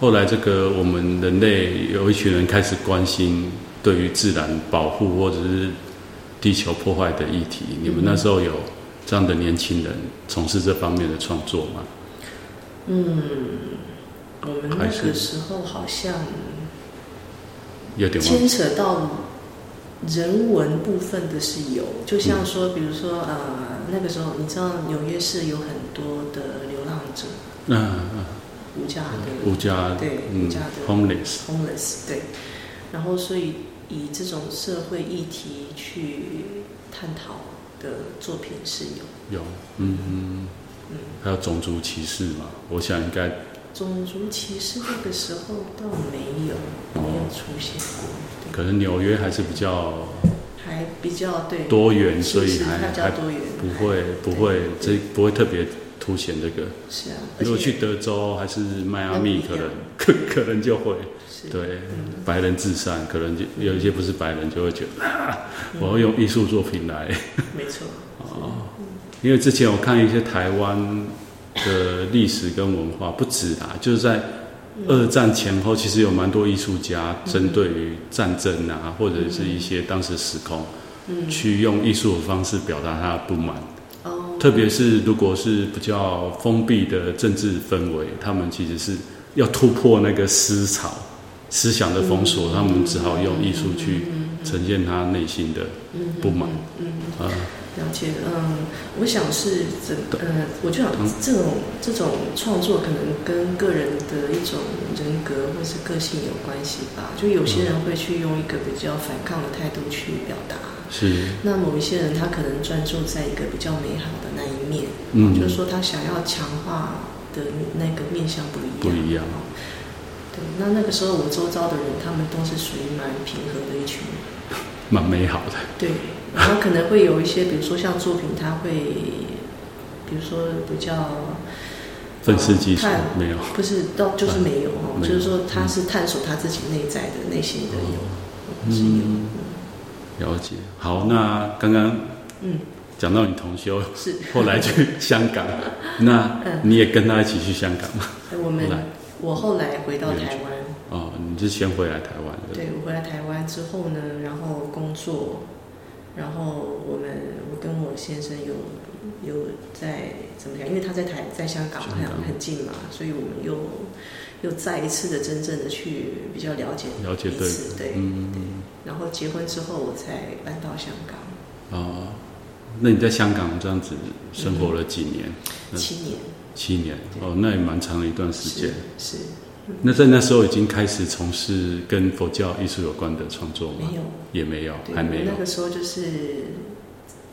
Speaker 1: 后来这个我们人类有一群人开始关心对于自然保护或者是地球破坏的议题，你们那时候有这样的年轻人从事这方面的创作吗？
Speaker 2: 嗯，我们那
Speaker 1: 还是
Speaker 2: 个时候好像
Speaker 1: 有点忘
Speaker 2: 牵扯到人文部分的是有，就像说，
Speaker 1: 嗯
Speaker 2: 比如说呃，那个时候你知道纽约市有很多的流浪者，
Speaker 1: 嗯嗯
Speaker 2: 无家的
Speaker 1: 无家
Speaker 2: 对无
Speaker 1: 嗯
Speaker 2: 家的
Speaker 1: homeless，
Speaker 2: homeless 对，然后所以以这种社会议题去探讨的作品是有
Speaker 1: 有嗯嗯，还有种族歧视嘛，我想应该
Speaker 2: 种族歧视那个时候倒没有没有出现过，对，
Speaker 1: 可能纽约还是比较
Speaker 2: 还比较对
Speaker 1: 多元，
Speaker 2: 是
Speaker 1: 所以
Speaker 2: 是它
Speaker 1: 还
Speaker 2: 比
Speaker 1: 还
Speaker 2: 较多元，
Speaker 1: 不会不会这不会特别凸显这个。
Speaker 2: 是啊，而
Speaker 1: 如果
Speaker 2: 且
Speaker 1: 去德州还是迈阿密，可能
Speaker 2: 那
Speaker 1: 可 可能就会
Speaker 2: 是
Speaker 1: 对
Speaker 2: 嗯
Speaker 1: 白人至上，可能就有一些不是白人就会觉得，啊我要用艺术作品来
Speaker 2: 没错，
Speaker 1: 哦，因为之前我看一些台湾的历史跟文化，不止啊，就是在二战前后，其实有蛮多艺术家针对于战争啊，或者是一些当时时空，
Speaker 2: 嗯
Speaker 1: 去用艺术的方式表达他的不满。
Speaker 2: 哦，
Speaker 1: 特别是如果是比较封闭的政治氛围，他们其实是要突破那个思潮、思想的封锁，
Speaker 2: 嗯
Speaker 1: 他们只好用艺术去呈现他内心的不满。
Speaker 2: 嗯。
Speaker 1: 啊、
Speaker 2: 了解，嗯，我想是整呃，我就想
Speaker 1: 嗯
Speaker 2: 这种这种创作可能跟个人的一种人格或是个性有关系吧。就有些人会去用一个比较反抗的态度去表达，
Speaker 1: 是，
Speaker 2: 那某一些人他可能专注在一个比较美好的那一面，
Speaker 1: 嗯，
Speaker 2: 就是说他想要强化的那个面向不一
Speaker 1: 不
Speaker 2: 样。
Speaker 1: 一样。
Speaker 2: 对，那那个时候我周遭的人，他们都是属于蛮平和的一群人。
Speaker 1: 蛮美好的。
Speaker 2: 对，然后可能会有一些，比如说像作品，它会，比如说比较
Speaker 1: 愤世嫉俗
Speaker 2: 太
Speaker 1: 没有，
Speaker 2: 不是到就是没有哦，
Speaker 1: 没有嗯
Speaker 2: 就是说他是探索他自己内在的内心的有，是有，
Speaker 1: 嗯了解。好，那刚刚
Speaker 2: 嗯，
Speaker 1: 讲到你同修，
Speaker 2: 是
Speaker 1: 后来去香 港，
Speaker 2: 嗯
Speaker 1: 那你也跟他一起去香港吗？
Speaker 2: 呃我们
Speaker 1: 后来
Speaker 2: 我后来回到台湾，
Speaker 1: 哦，你是先回来台湾的，
Speaker 2: 对我回来台湾之后呢，然后工作，然后我们我跟我先生有有在怎么讲？因为他在台在香港
Speaker 1: 香
Speaker 2: 很
Speaker 1: 港
Speaker 2: 很近嘛，所以我们又又再一次的真正的去比较了解
Speaker 1: 了解
Speaker 2: 彼
Speaker 1: 对，
Speaker 2: 此，对。
Speaker 1: 嗯，
Speaker 2: 然后结婚之后，我才搬到香港，
Speaker 1: 哦，那你在香港这样子生活了几年？嗯
Speaker 2: 七年
Speaker 1: 七年，哦，那也蛮长的一段时
Speaker 2: 是
Speaker 1: 间。
Speaker 2: 是
Speaker 1: 那在那时候已经开始从事跟佛教艺术有关的创作吗
Speaker 2: 没？有，
Speaker 1: 也没有，
Speaker 2: 对，
Speaker 1: 还没
Speaker 2: 我那
Speaker 1: 有。
Speaker 2: 个时候就是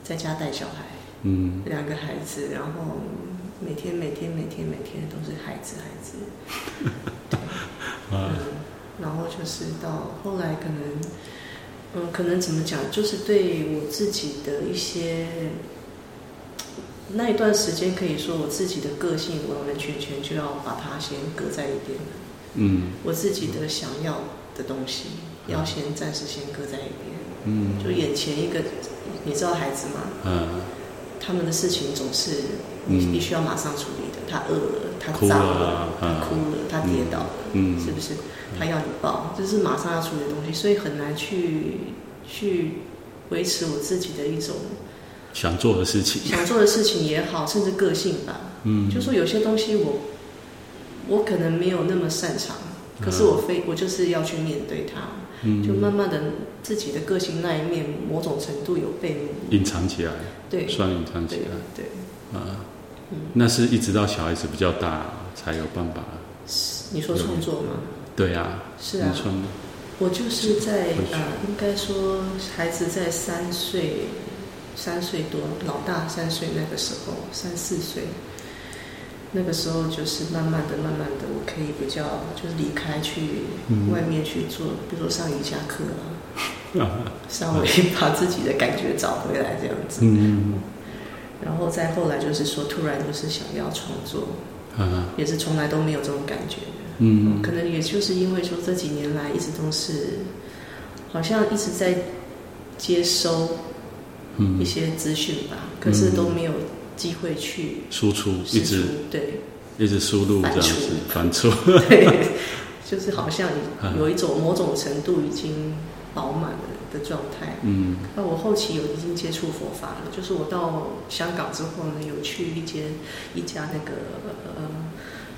Speaker 2: 在家带小孩，
Speaker 1: 嗯，
Speaker 2: 两个孩子，然后每天每天每天每天都是孩子孩子，
Speaker 1: 啊，
Speaker 2: 嗯，然后就是到后来可能，嗯，可能怎么讲，就是对我自己的一些。那一段时间可以说我自己的个性完完全全就要把它先搁在一边了。
Speaker 1: 嗯
Speaker 2: 我自己的想要的东西，
Speaker 1: 嗯
Speaker 2: 要先暂时先搁在一边。
Speaker 1: 嗯
Speaker 2: 就眼前一个，你知道孩子吗？
Speaker 1: 嗯，
Speaker 2: 他们的事情总是
Speaker 1: 嗯
Speaker 2: 你必须要马上处理的。他饿了，他
Speaker 1: 哭
Speaker 2: 脏
Speaker 1: 了
Speaker 2: 他
Speaker 1: 嗯
Speaker 2: 哭了，他跌倒了，
Speaker 1: 嗯
Speaker 2: 是不是？他要你抱，这是马上要处理的东西，所以很难去去维持我自己的一种
Speaker 1: 想做的事情，
Speaker 2: 想做的事情也好，甚至个性吧。
Speaker 1: 嗯，
Speaker 2: 就说有些东西我我可能没有那么擅长，可是我非我就是要去面对它，
Speaker 1: 嗯
Speaker 2: 就慢慢的自己的个性那一面，某种程度有被
Speaker 1: 隐藏起来，
Speaker 2: 对
Speaker 1: 嗯
Speaker 2: 对
Speaker 1: 算隐藏起来
Speaker 2: 对，
Speaker 1: 啊
Speaker 2: 嗯。
Speaker 1: 那是一直到小孩子比较大才有办法。
Speaker 2: 你说创作吗？
Speaker 1: 对啊，
Speaker 2: 是啊
Speaker 1: 你，创
Speaker 2: 我就是在
Speaker 1: 回去
Speaker 2: 呃，应该说孩子在三岁。三岁多，老大三岁那个时候，三四岁，那个时候就是慢慢的、慢慢的，我可以比较就是离开去
Speaker 1: 嗯
Speaker 2: 外面去做，比如说上瑜伽课啊，
Speaker 1: 啊
Speaker 2: 稍微 把自己的感觉找回来这样子，
Speaker 1: 嗯
Speaker 2: 然后再后来就是说，突然就是想要创作，
Speaker 1: 啊
Speaker 2: 也是从来都没有这种感觉。
Speaker 1: 嗯
Speaker 2: 可能也就是因为说这几年来一直都是，好像一直在接收一
Speaker 1: 嗯，
Speaker 2: 些资讯吧，可是都没有机会去
Speaker 1: 输出一
Speaker 2: 试出
Speaker 1: 直，
Speaker 2: 对
Speaker 1: 一直输入这样子反 刍，
Speaker 2: 对，就是好像
Speaker 1: 嗯
Speaker 2: 有一种某种程度已经饱满了的状态。
Speaker 1: 嗯
Speaker 2: 那我后期有已经接触佛法了，就是我到香港之后呢，有去一间一家那个呃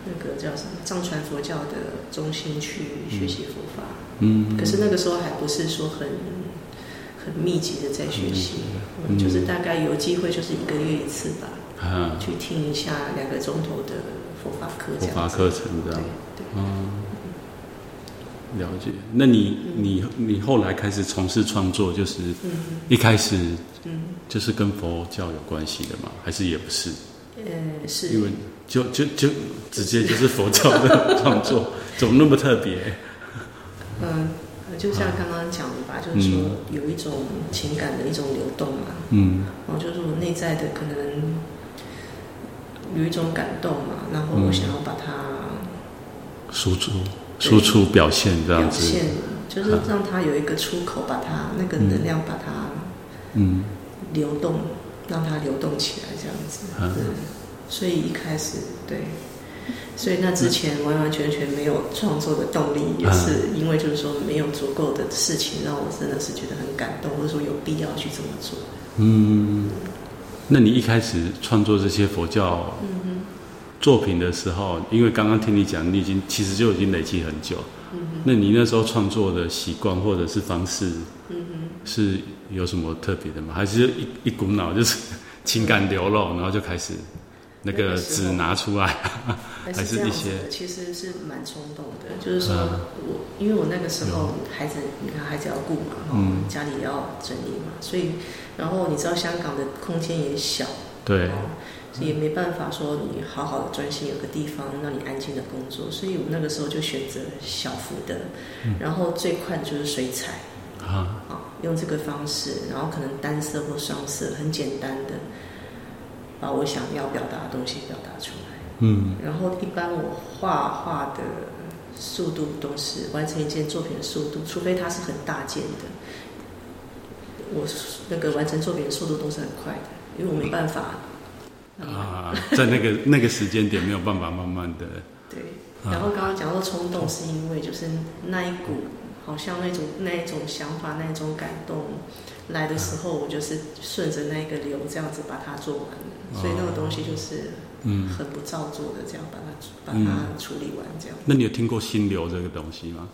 Speaker 2: 那个叫什么藏传佛教的中心去学习佛法，
Speaker 1: 嗯，
Speaker 2: 可是那个时候还不是说很很密集的在学习，
Speaker 1: 嗯
Speaker 2: 嗯就是大概有机会就是一个月一次吧，
Speaker 1: 啊
Speaker 2: 去听一下两个钟头的佛法课
Speaker 1: 佛
Speaker 2: 这样
Speaker 1: 法
Speaker 2: 子
Speaker 1: 课程这
Speaker 2: 对
Speaker 1: 样。啊
Speaker 2: 对，
Speaker 1: 了解，那你你你后来开始从事创作，就是
Speaker 2: 嗯
Speaker 1: 一开始
Speaker 2: 嗯，
Speaker 1: 就是跟佛教有关系的嘛，还是也不是？
Speaker 2: 呃，是
Speaker 1: 因为就就就直接就是佛教的创作，怎么那么特别？
Speaker 2: 嗯，呃就像刚刚讲的吧，就是说有一种情感的一种流动嘛，
Speaker 1: 嗯
Speaker 2: 哦，就是我内在的可能有一种感动嘛，然后
Speaker 1: 嗯
Speaker 2: 我想要把它
Speaker 1: 输出输出表现这样
Speaker 2: 表
Speaker 1: 子，
Speaker 2: 现，就是让它有一个出口，把它那个能量把它
Speaker 1: 嗯
Speaker 2: 流动，让它流动起来这样子。
Speaker 1: 嗯
Speaker 2: 对，所以一开始对，所以那之前完完全全没有创作的动力，也
Speaker 1: 啊
Speaker 2: 是因为就是说没有足够的事情让我真的是觉得很感动，或者说有必要去这么做。
Speaker 1: 嗯。那你一开始创作这些佛教
Speaker 2: 嗯
Speaker 1: 作品的时候，因为刚刚听你讲，你已经其实就已经累积很久。
Speaker 2: 哼，嗯哼，
Speaker 1: 那你那时候创作的习惯或者是方式
Speaker 2: 嗯哼，
Speaker 1: 是有什么特别的吗？还是一一股脑就是 情感流露，然后就开始那
Speaker 2: 那
Speaker 1: 个
Speaker 2: 个时
Speaker 1: 纸
Speaker 2: 候
Speaker 1: 拿出来？
Speaker 2: 但
Speaker 1: 还是
Speaker 2: 是这样
Speaker 1: 一
Speaker 2: 子
Speaker 1: 些
Speaker 2: 的，其实是蛮冲动的，就是说
Speaker 1: 嗯
Speaker 2: 我因为我那个时候孩子，你看孩子要顾嘛，哈、
Speaker 1: 嗯
Speaker 2: 家里也要整理嘛，所以然后你知道香港的空间也小。
Speaker 1: 对，
Speaker 2: 也没办法说你好好的专心有个地方让你安静的工作，所以我那个时候就选择小幅的，然后最快的就是水彩
Speaker 1: 啊，
Speaker 2: 啊，用这个方式，然后可能单色或双色，很简单的把我想要表达的东西表达出来。
Speaker 1: 嗯
Speaker 2: 然后一般我画画的速度都是完成一件作品的速度，除非它是很大件的，我那个完成作品的速度都是很快的，因为我没办法。呃
Speaker 1: 啊， 在那个那个时间点没有办法慢慢的，
Speaker 2: 对，
Speaker 1: 啊
Speaker 2: 然后刚刚讲到冲动，是因为就是那一股好像那种那一种想法、那一种感动来的时候，我就是顺着那一个流这样子把它做完
Speaker 1: 啊
Speaker 2: 了，所以那个东西就是
Speaker 1: 嗯。
Speaker 2: 很不照做的这样把它把它处理完这样。
Speaker 1: 那你有听过心流这个东西吗？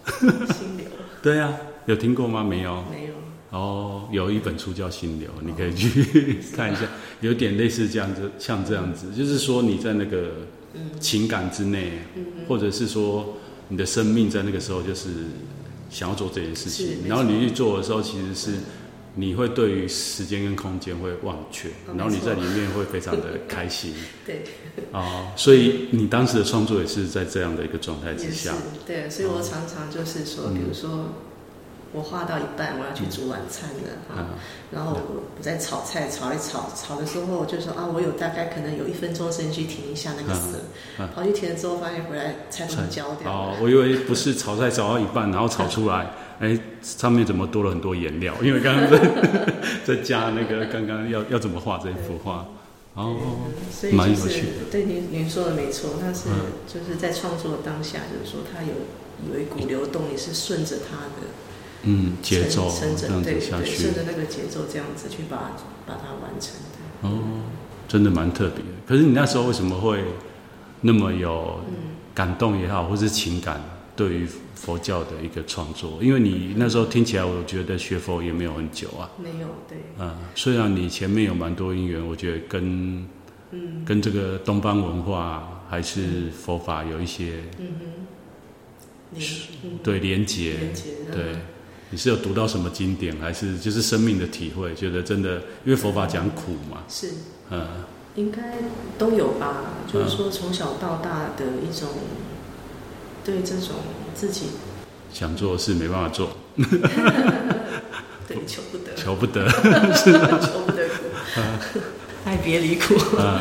Speaker 2: 心流
Speaker 1: 对呀、有听过吗？没有。
Speaker 2: 没有，
Speaker 1: 哦，有一本书叫《心流》，你可以去 看一下，有点类似这样子，像这样子，就是说你在那个
Speaker 2: 嗯
Speaker 1: 情感之内，
Speaker 2: 嗯
Speaker 1: 或者是说你的生命在那个时候就是想要做这件事
Speaker 2: 是
Speaker 1: 情，
Speaker 2: 没
Speaker 1: 然后你
Speaker 2: 错
Speaker 1: 去做的时候，其实是你会对于时间跟空间会忘却，
Speaker 2: 哦
Speaker 1: 然后你
Speaker 2: 没
Speaker 1: 在
Speaker 2: 错
Speaker 1: 里面会非常的开心
Speaker 2: 对，哦
Speaker 1: 啊、所以你当时的创作也是在这样的一个状态之
Speaker 2: 也是
Speaker 1: 下，嗯
Speaker 2: 对，所以我常常就是说，比如说我画到一半，我要去煮晚餐了啊。
Speaker 1: 啊，
Speaker 2: 然后我在炒菜，炒一炒，炒的时候我就说啊，我有大概可能有一分钟时间去停一下那个
Speaker 1: 嗯
Speaker 2: 色，
Speaker 1: 嗯
Speaker 2: 跑去停了之后发现回来菜都
Speaker 1: 菜
Speaker 2: 焦掉了。
Speaker 1: 哦，我以为不是炒菜炒到一半，然后炒出 来，哎，上面怎么多了很多颜料？因为刚刚在在加那个刚刚要要怎么画这一幅画，哦，
Speaker 2: 所以
Speaker 1: 蛮
Speaker 2: 就
Speaker 1: 有趣
Speaker 2: 是
Speaker 1: 的
Speaker 2: 对你你说的没错，但是
Speaker 1: 嗯
Speaker 2: 就是在创作当下，就是说它有有一股流动，你是顺着它的
Speaker 1: 嗯，节
Speaker 2: 撑
Speaker 1: 奏
Speaker 2: 撑
Speaker 1: 这
Speaker 2: 着
Speaker 1: 样
Speaker 2: 对
Speaker 1: 子
Speaker 2: 对，
Speaker 1: 下去
Speaker 2: 顺，着那个节奏这样子去把它把它完成的。
Speaker 1: 哦，真的蛮特别的。可是你那时候为什么会那么有
Speaker 2: 嗯，
Speaker 1: 感动也好，或是情感对于佛教的一个创作？因为你那时候听起来，我觉得学佛也没有很久啊。
Speaker 2: 没有对，
Speaker 1: 嗯，虽然你前面有蛮多因缘，我觉得跟
Speaker 2: 嗯
Speaker 1: 跟这个东方文化还是佛法有一些
Speaker 2: 嗯哼，连嗯
Speaker 1: 对连结，
Speaker 2: 连接嗯
Speaker 1: 对，你是有读到什么经典，还是就是生命的体会？觉得真的，因为佛法讲苦嘛，
Speaker 2: 是。
Speaker 1: 嗯
Speaker 2: 应该都有吧，就是说从小到大的一种对这种自己
Speaker 1: 想做的事没办法做，
Speaker 2: 对求不 得
Speaker 1: 求不 得，
Speaker 2: 求不得苦，爱别离苦，
Speaker 1: 嗯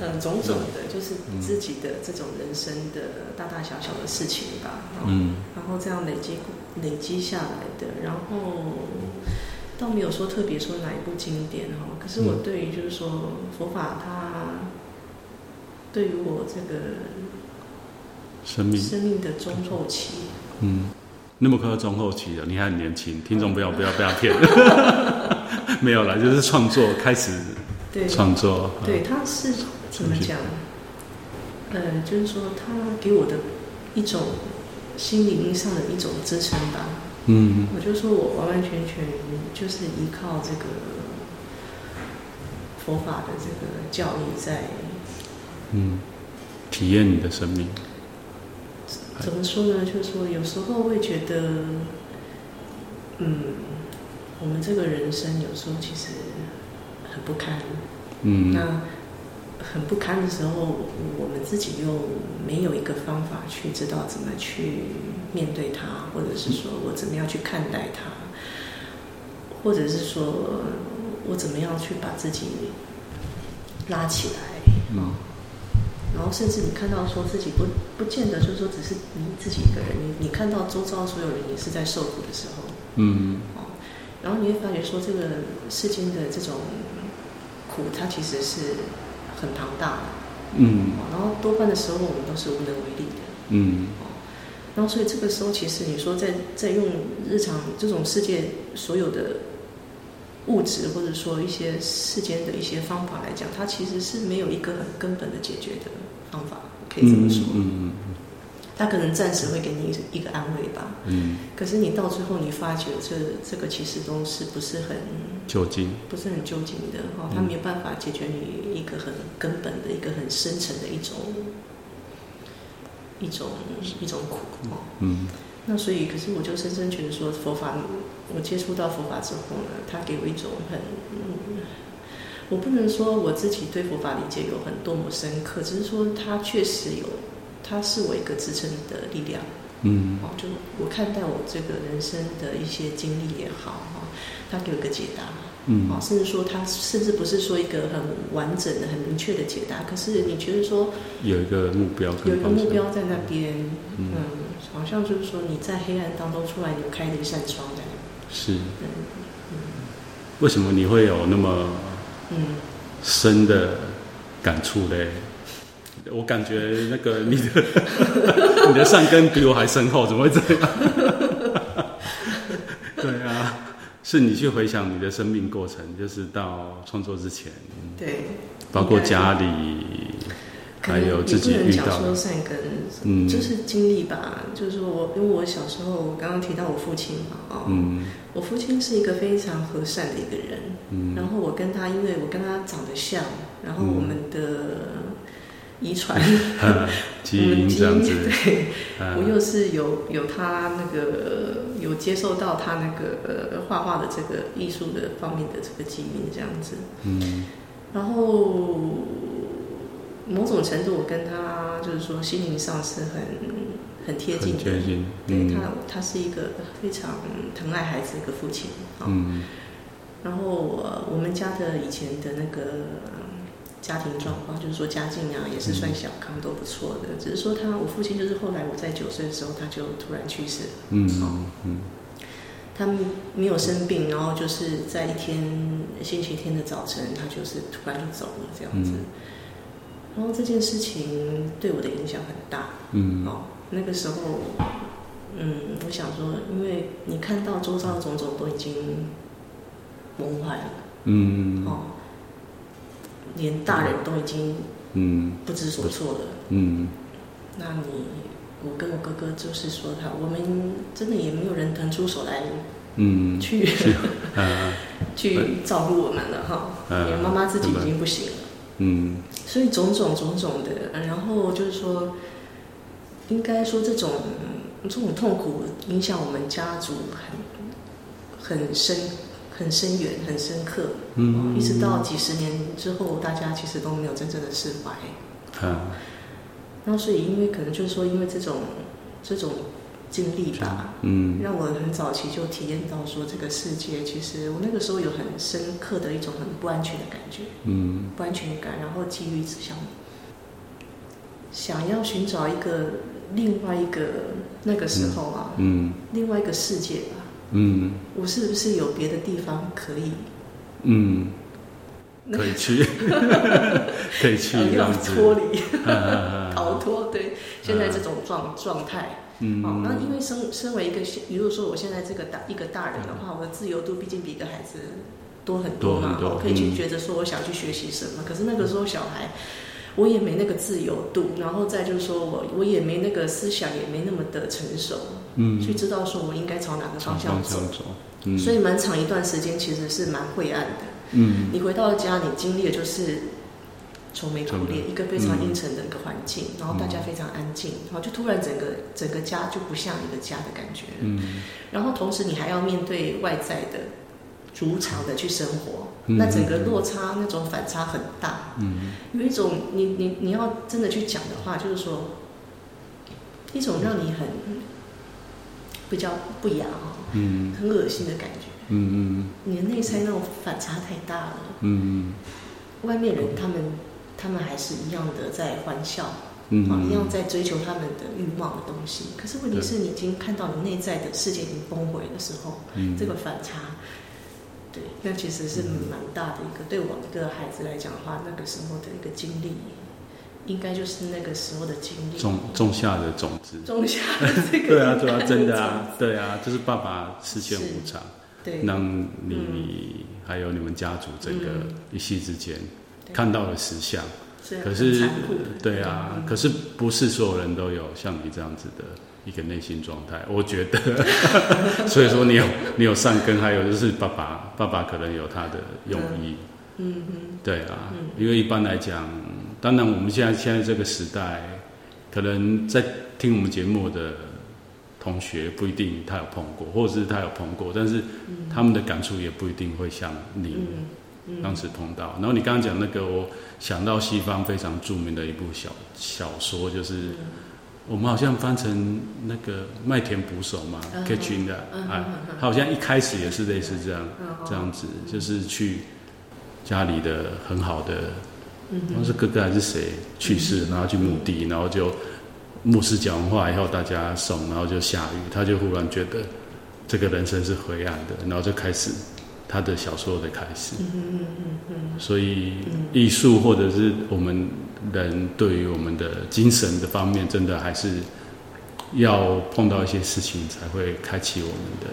Speaker 2: 呃，种种的，就是自己的这种人生的大大小小的事情吧。嗯，
Speaker 1: 嗯
Speaker 2: 然后这样累积累积下来的，然后倒没有说特别说哪一部经典哦，可是我
Speaker 1: 嗯
Speaker 2: 对于就是说佛法它对于我这个
Speaker 1: 生命，
Speaker 2: 生命的中后期。
Speaker 1: 嗯，那么快要中后期了，你还很年轻，听众不要不要被他骗， 没有啦，就是创作开始
Speaker 2: 对，
Speaker 1: 创作，嗯
Speaker 2: 对，他是怎么讲？呃，就是说他给我的一种心灵上的一种支撑吧。
Speaker 1: 嗯
Speaker 2: 我就说我完完全全就是依靠这个佛法的这个教义在
Speaker 1: 嗯，体验你的生命？
Speaker 2: 怎么说呢？就是说，有时候会觉得，嗯，我们这个人生有时候其实很不堪。
Speaker 1: 嗯
Speaker 2: 那很不堪的时候，我们自己又没有一个方法去知道怎么去面对它，或者是说我怎么样去看待它，或者是说我怎么样去把自己拉起来。
Speaker 1: 嗯
Speaker 2: 然后甚至你看到说自己不不见得就是说只是你自己一个人，你你看到周遭所有人也是在受苦的时候，
Speaker 1: 嗯
Speaker 2: 哦，然后你会发觉说这个世间的这种苦，它其实是很庞大的，
Speaker 1: 嗯
Speaker 2: 哦，然后多半的时候我们都是无能为力的，
Speaker 1: 嗯
Speaker 2: 哦，然后所以这个时候其实你说在在用日常这种世界所有的物质或者说一些世间的一些方法来讲，它其实是没有一个很根本的解决的方法，可以这么说。
Speaker 1: 嗯
Speaker 2: 他可能暂时会给你一个安慰吧，
Speaker 1: 嗯，
Speaker 2: 可是你到最后你发觉这这个其实都是不是很
Speaker 1: 酒精，
Speaker 2: 不是很纠结的哈，他没有办法解决你一个很根本的一个很深层的一种一种一种苦哦。
Speaker 1: 嗯
Speaker 2: 那所以，可是我就深深觉得说，佛法，我接触到佛法之后呢，它给我一种很，嗯，我不能说我自己对佛法理解有很多么深刻，只是说它确实有，它是我一个支撑的力量。
Speaker 1: 嗯
Speaker 2: 哦，就我看待我这个人生的一些经历也好，哈、它给我一个解答。
Speaker 1: 嗯
Speaker 2: 哦，甚至说它甚至不是说一个很完整的、很明确的解答，可是你觉得说
Speaker 1: 有一个目标
Speaker 2: 有
Speaker 1: 跟
Speaker 2: 一个
Speaker 1: 方
Speaker 2: 目
Speaker 1: 向，
Speaker 2: 标在那边，
Speaker 1: 嗯
Speaker 2: 嗯，好像就是说你在黑暗当中出来，你有开了一扇窗这样，
Speaker 1: 是
Speaker 2: 嗯
Speaker 1: 为什么你会有那么
Speaker 2: 嗯，
Speaker 1: 深的感触嘞？我感觉那个你的你的善根比我还深厚，怎么会这样？对啊，是你去回想你的生命过程，就是到创作之前，
Speaker 2: 对，
Speaker 1: 包括
Speaker 2: 应该
Speaker 1: 家里，
Speaker 2: 可
Speaker 1: 还
Speaker 2: 能
Speaker 1: 有
Speaker 2: 也
Speaker 1: 自己
Speaker 2: 不能
Speaker 1: 遇
Speaker 2: 讲
Speaker 1: 到的
Speaker 2: 说善根，
Speaker 1: 嗯
Speaker 2: 就是经历吧，就是说我因为我小时候我刚刚提到我父亲嘛，哦，
Speaker 1: 嗯
Speaker 2: 我父亲是一个非常和善的一个人，
Speaker 1: 嗯
Speaker 2: 然后我跟他，因为我跟他长得像，然后
Speaker 1: 嗯
Speaker 2: 我们的遗传，
Speaker 1: 嗯，基因这样子
Speaker 2: 我，们基因对。我
Speaker 1: 嗯
Speaker 2: 又是有有他那个有接受到他那个呃画画的这个艺术的方面的这个基因这样子，
Speaker 1: 嗯
Speaker 2: 然后某种程度我跟他就是说心灵上是很很贴近
Speaker 1: 很
Speaker 2: 的，
Speaker 1: 贴近，
Speaker 2: 对
Speaker 1: 嗯
Speaker 2: 他他是一个非常疼爱孩子的一个父亲啊。
Speaker 1: 嗯
Speaker 2: 然后我我们家的以前的那个嗯家庭状况，就是说家境啊，也是算小康，都不错的。只是说他，我父亲就是后来我在九岁的时候，他就突然去世了。
Speaker 1: 嗯嗯
Speaker 2: 他没有生病，然后就是在一天星期天的早晨，他就是突然就走了这样子。
Speaker 1: 嗯
Speaker 2: 然后这件事情对我的影响很大。
Speaker 1: 嗯
Speaker 2: 哦，那个时候，嗯，我想说，因为你看到周遭的种种都已经崩坏了。
Speaker 1: 嗯
Speaker 2: 哦，连大人都已经
Speaker 1: 嗯
Speaker 2: 不知所措了。
Speaker 1: 嗯
Speaker 2: 那你，我跟我哥哥就是说他，我们真的也没有人腾出手来
Speaker 1: 嗯，
Speaker 2: 去
Speaker 1: 嗯
Speaker 2: 去照顾我们了哈。因为
Speaker 1: 嗯
Speaker 2: 妈妈自己已经不行了，
Speaker 1: 嗯。
Speaker 2: 所以种种种种的，呃然后就是说，应该说这种这种痛苦影响我们家族很很深、很深远、很深刻。
Speaker 1: 嗯
Speaker 2: 哦一直到几十年之后，大家其实都没有真正的释怀。
Speaker 1: 嗯
Speaker 2: 那所以，因为可能就是说，因为这种这种经历吧，
Speaker 1: 嗯
Speaker 2: 让我很早期就体验到说，这个世界其实我那个时候有很深刻的一种很不安全的感觉，
Speaker 1: 嗯
Speaker 2: 不安全感，然后基于想想要寻找一个另外一个那个时候啊，
Speaker 1: 嗯
Speaker 2: 另外一个世界吧，
Speaker 1: 嗯
Speaker 2: 我是不是有别的地方可以
Speaker 1: 嗯，
Speaker 2: 那
Speaker 1: 可以去，可以去
Speaker 2: 呃
Speaker 1: 这
Speaker 2: 要
Speaker 1: 样子，
Speaker 2: 脱离？
Speaker 1: 嗯
Speaker 2: 逃脱对现在这种状状态。
Speaker 1: 嗯
Speaker 2: 哦，那因为身身为一个，如果说我现在这个大一个大人的话，我的自由度毕竟比一个孩子多很多嘛，
Speaker 1: 多很多
Speaker 2: 我可以去
Speaker 1: 嗯
Speaker 2: 觉得说我想去学习什么。可是那个时候小孩，我也没那个自由度，然后再就是说我我也没那个思想，也没那么的成熟，去
Speaker 1: 嗯，
Speaker 2: 知道说我应该朝哪个方
Speaker 1: 朝
Speaker 2: 向
Speaker 1: 方
Speaker 2: 走
Speaker 1: 向。走，嗯，
Speaker 2: 所
Speaker 1: 以
Speaker 2: 以蛮长一段时间其实是蛮晦暗的。
Speaker 1: 嗯
Speaker 2: 你回到家，你经历的就是愁眉苦脸，一嗯个非常阴沉的一个环境，然后大家非常安静，然后就突然整个整个家就不像一个家的感觉。
Speaker 1: 嗯，
Speaker 2: 然后同时你还要面对外在的如常的去生活，
Speaker 1: 嗯
Speaker 2: 那整个落差那种反差很大。
Speaker 1: 嗯，
Speaker 2: 有一种你你你要真的去讲的话，就是说一种让你很比较不雅哦，
Speaker 1: 嗯，
Speaker 2: 很恶心的感觉。
Speaker 1: 嗯，嗯，
Speaker 2: 你的内在那种反差太大了，
Speaker 1: 嗯，
Speaker 2: 外面人他们他们还是一样的在欢笑，啊，一
Speaker 1: 嗯，
Speaker 2: 样在追求他们的欲望的东西。可是问题是你已经看到你内在的世界已经崩毁的时候，
Speaker 1: 嗯，
Speaker 2: 这个反差，对，那其实是蛮大的一个。对我一个孩子来讲的话，那个时候的一个经历，应该就是那个时候的经历
Speaker 1: 种种下的种子。
Speaker 2: 种下了这个
Speaker 1: 对啊，对啊，真的 啊，对啊，就是爸爸视线无常，
Speaker 2: 对
Speaker 1: 让你还有你们家族整个
Speaker 2: 嗯
Speaker 1: 一夕之间
Speaker 2: 对
Speaker 1: 看到了实相。
Speaker 2: 是
Speaker 1: 可
Speaker 2: 很
Speaker 1: 是
Speaker 2: 残酷的，嗯
Speaker 1: 对啊，可是不是所有人都有像你这样子的一个内心状态，我觉 得。所以说你有你有善根，还有就是爸爸，爸爸可能有他的用意。
Speaker 2: 嗯嗯
Speaker 1: 对啊，因为一般来讲，当然我们现在现在这个时代，可能在听我们节目的同学不一定他有碰过，或者是他有碰过，但是他们的感触也不一定会像你。
Speaker 2: 嗯嗯
Speaker 1: 当时碰到。然后你刚刚讲那个，我想到西方非常著名的一部小小说，就是我们好像翻成那个麦田捕手嘛
Speaker 2: 嗯
Speaker 1: ，Catching 的
Speaker 2: 嗯嗯
Speaker 1: 啊
Speaker 2: 嗯嗯，
Speaker 1: 他好像一开始也是类似这样
Speaker 2: 嗯哦
Speaker 1: 这样子，就是去家里的很好的，
Speaker 2: 嗯
Speaker 1: 好像是哥哥还是谁去世，然后去墓地，然后就。牧师讲完话以后，大家送，然后就下雨，他就忽然觉得这个人生是灰暗的，然后就开始他的小说的开始。
Speaker 2: 嗯嗯嗯嗯
Speaker 1: 所以
Speaker 2: 嗯
Speaker 1: 艺术或者是我们人对于我们的精神的方面，真的还是要碰到一些事情才会开启我们的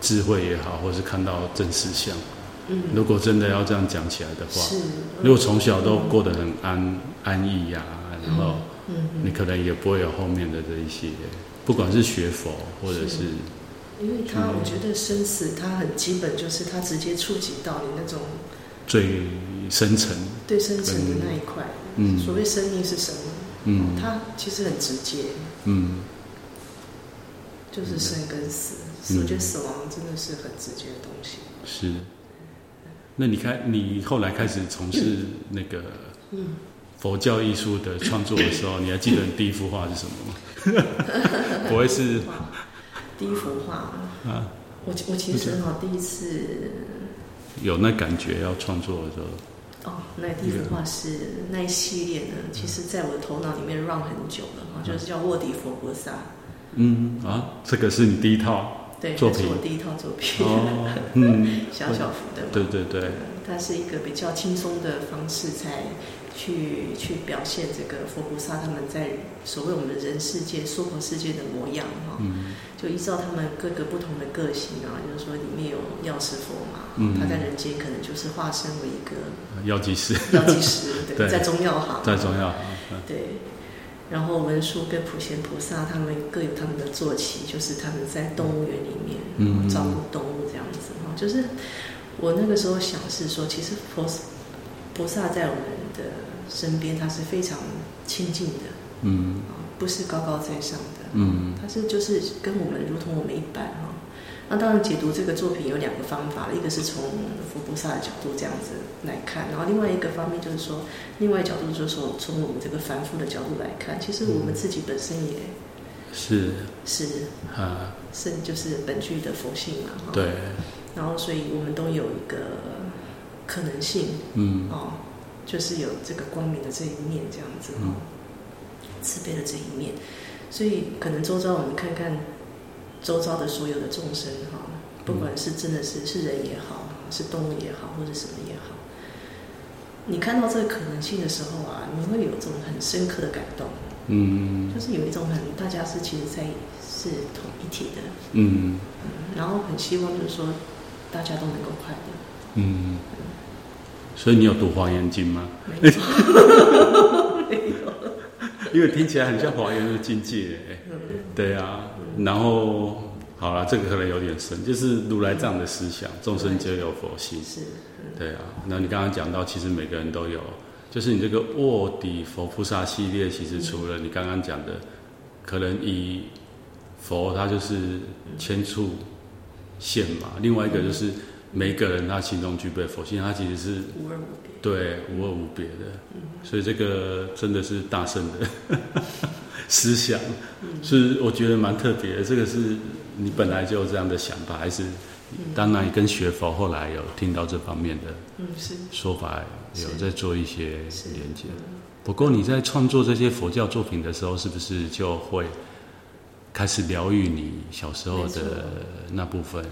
Speaker 1: 智慧也好，或是看到真实相。
Speaker 2: 嗯嗯，
Speaker 1: 如果真的要这样讲起来的话，
Speaker 2: 是，
Speaker 1: 如果从小都过得很安安逸呀、然后
Speaker 2: 嗯嗯。
Speaker 1: 你可能也不会有后面的这一些，不管是学佛或者是
Speaker 2: 因为它，
Speaker 1: 嗯
Speaker 2: 我觉得生死它很基本，就是它直接触及到你那种
Speaker 1: 最深层，
Speaker 2: 对生存的那一块。
Speaker 1: 嗯
Speaker 2: 所谓生命是什么？
Speaker 1: 嗯
Speaker 2: 它其实很直接，
Speaker 1: 嗯
Speaker 2: 就是生跟死。
Speaker 1: 嗯
Speaker 2: 我觉得死亡真的是很直接的东西。
Speaker 1: 是。那你开，你后来开始从事那个
Speaker 2: 嗯，
Speaker 1: 佛教艺术的创作的时候，你还记得你第一幅画是什么吗？不会是
Speaker 2: 第一幅画，
Speaker 1: 啊，
Speaker 2: 我我其实哈第一次
Speaker 1: 有那感觉要创作的时候，
Speaker 2: 哦，那第一幅画是那一系列呢，其实在我的头脑里面 run 很久了哈，就是叫《卧底佛菩萨》。
Speaker 1: 嗯啊，这个是你第一套
Speaker 2: 对，
Speaker 1: 哦作
Speaker 2: 这是
Speaker 1: 品
Speaker 2: 我第一套作品，
Speaker 1: 哦，嗯，
Speaker 2: 小小幅的嘛。嗯
Speaker 1: 对对对，
Speaker 2: 它是一个比较轻松的方式，才去去表现这个佛菩萨他们在所谓我们的人世界、娑婆世界的模样哈、
Speaker 1: 嗯
Speaker 2: 就依照他们各个不同的个性啊，就是说里面有药师佛嘛，
Speaker 1: 嗯
Speaker 2: 他在人间可能就是化身为一个
Speaker 1: 药剂师
Speaker 2: 药剂师，对，
Speaker 1: 对
Speaker 2: 在中药行，
Speaker 1: 再重要，
Speaker 2: 对。然后文殊跟普贤菩萨他们各有他们的坐骑，就是他们在动物园里面
Speaker 1: 嗯
Speaker 2: 然后照顾动物这样子哈。就是我那个时候想是说，其实佛菩萨在我们的身边，他是非常亲近的
Speaker 1: 嗯
Speaker 2: 啊，不是高高在上的，
Speaker 1: 嗯
Speaker 2: 他是就是跟我们如同我们一般哈。那当然，解读这个作品有两个方法，一个是从佛菩萨的角度这样子来看，然后另外一个方面就是说，另外角度就是说，从我们这个凡夫的角度来看，其实我们自己本身也
Speaker 1: 是
Speaker 2: 是
Speaker 1: 啊，
Speaker 2: 是就是本具的佛性嘛，哈。
Speaker 1: 对，
Speaker 2: 然后，所以我们都有一个可能性
Speaker 1: 嗯
Speaker 2: 哦，就是有这个光明的这一面，这样子
Speaker 1: 嗯
Speaker 2: 哦，慈悲的这一面。所以，可能周遭我们看看周遭的所有的众生哈、不管是真的是是人也好，是动物也好，或者什么也好，你看到这个可能性的时候啊，你会有一种很深刻的感动，
Speaker 1: 嗯
Speaker 2: 就是有一种很大家是其实在是同一体的，
Speaker 1: 嗯
Speaker 2: 嗯然后很希望就是说大家都能够快乐。
Speaker 1: 嗯，所以你有读《华严经》吗？
Speaker 2: 没错，
Speaker 1: 因为听起来很像华严的境界、欸。对啊，然后好了，这个可能有点深，就是如来藏的思想，众生皆有佛性。
Speaker 2: 是，嗯
Speaker 1: 对啊，那你刚刚讲到，其实每个人都有就是你这个卧底佛菩萨系列，其实除了你刚刚讲的，可能以佛他就是千处现嘛，另外一个就是每个人他心中具备佛性，他其实是
Speaker 2: 无二无别。
Speaker 1: 对无二无别的，所以这个真的是大圣的 思想，是我觉得蛮特别的。这个是你本来就有这样的想法，还是当然跟学佛后来有听到这方面的
Speaker 2: 嗯，是
Speaker 1: 说法，有
Speaker 2: 是
Speaker 1: 在做一些
Speaker 2: 是
Speaker 1: 连接。不过你在创作这些佛教作品的时候，是不是就会开始疗愈你小时候
Speaker 2: 没错
Speaker 1: 的那部分？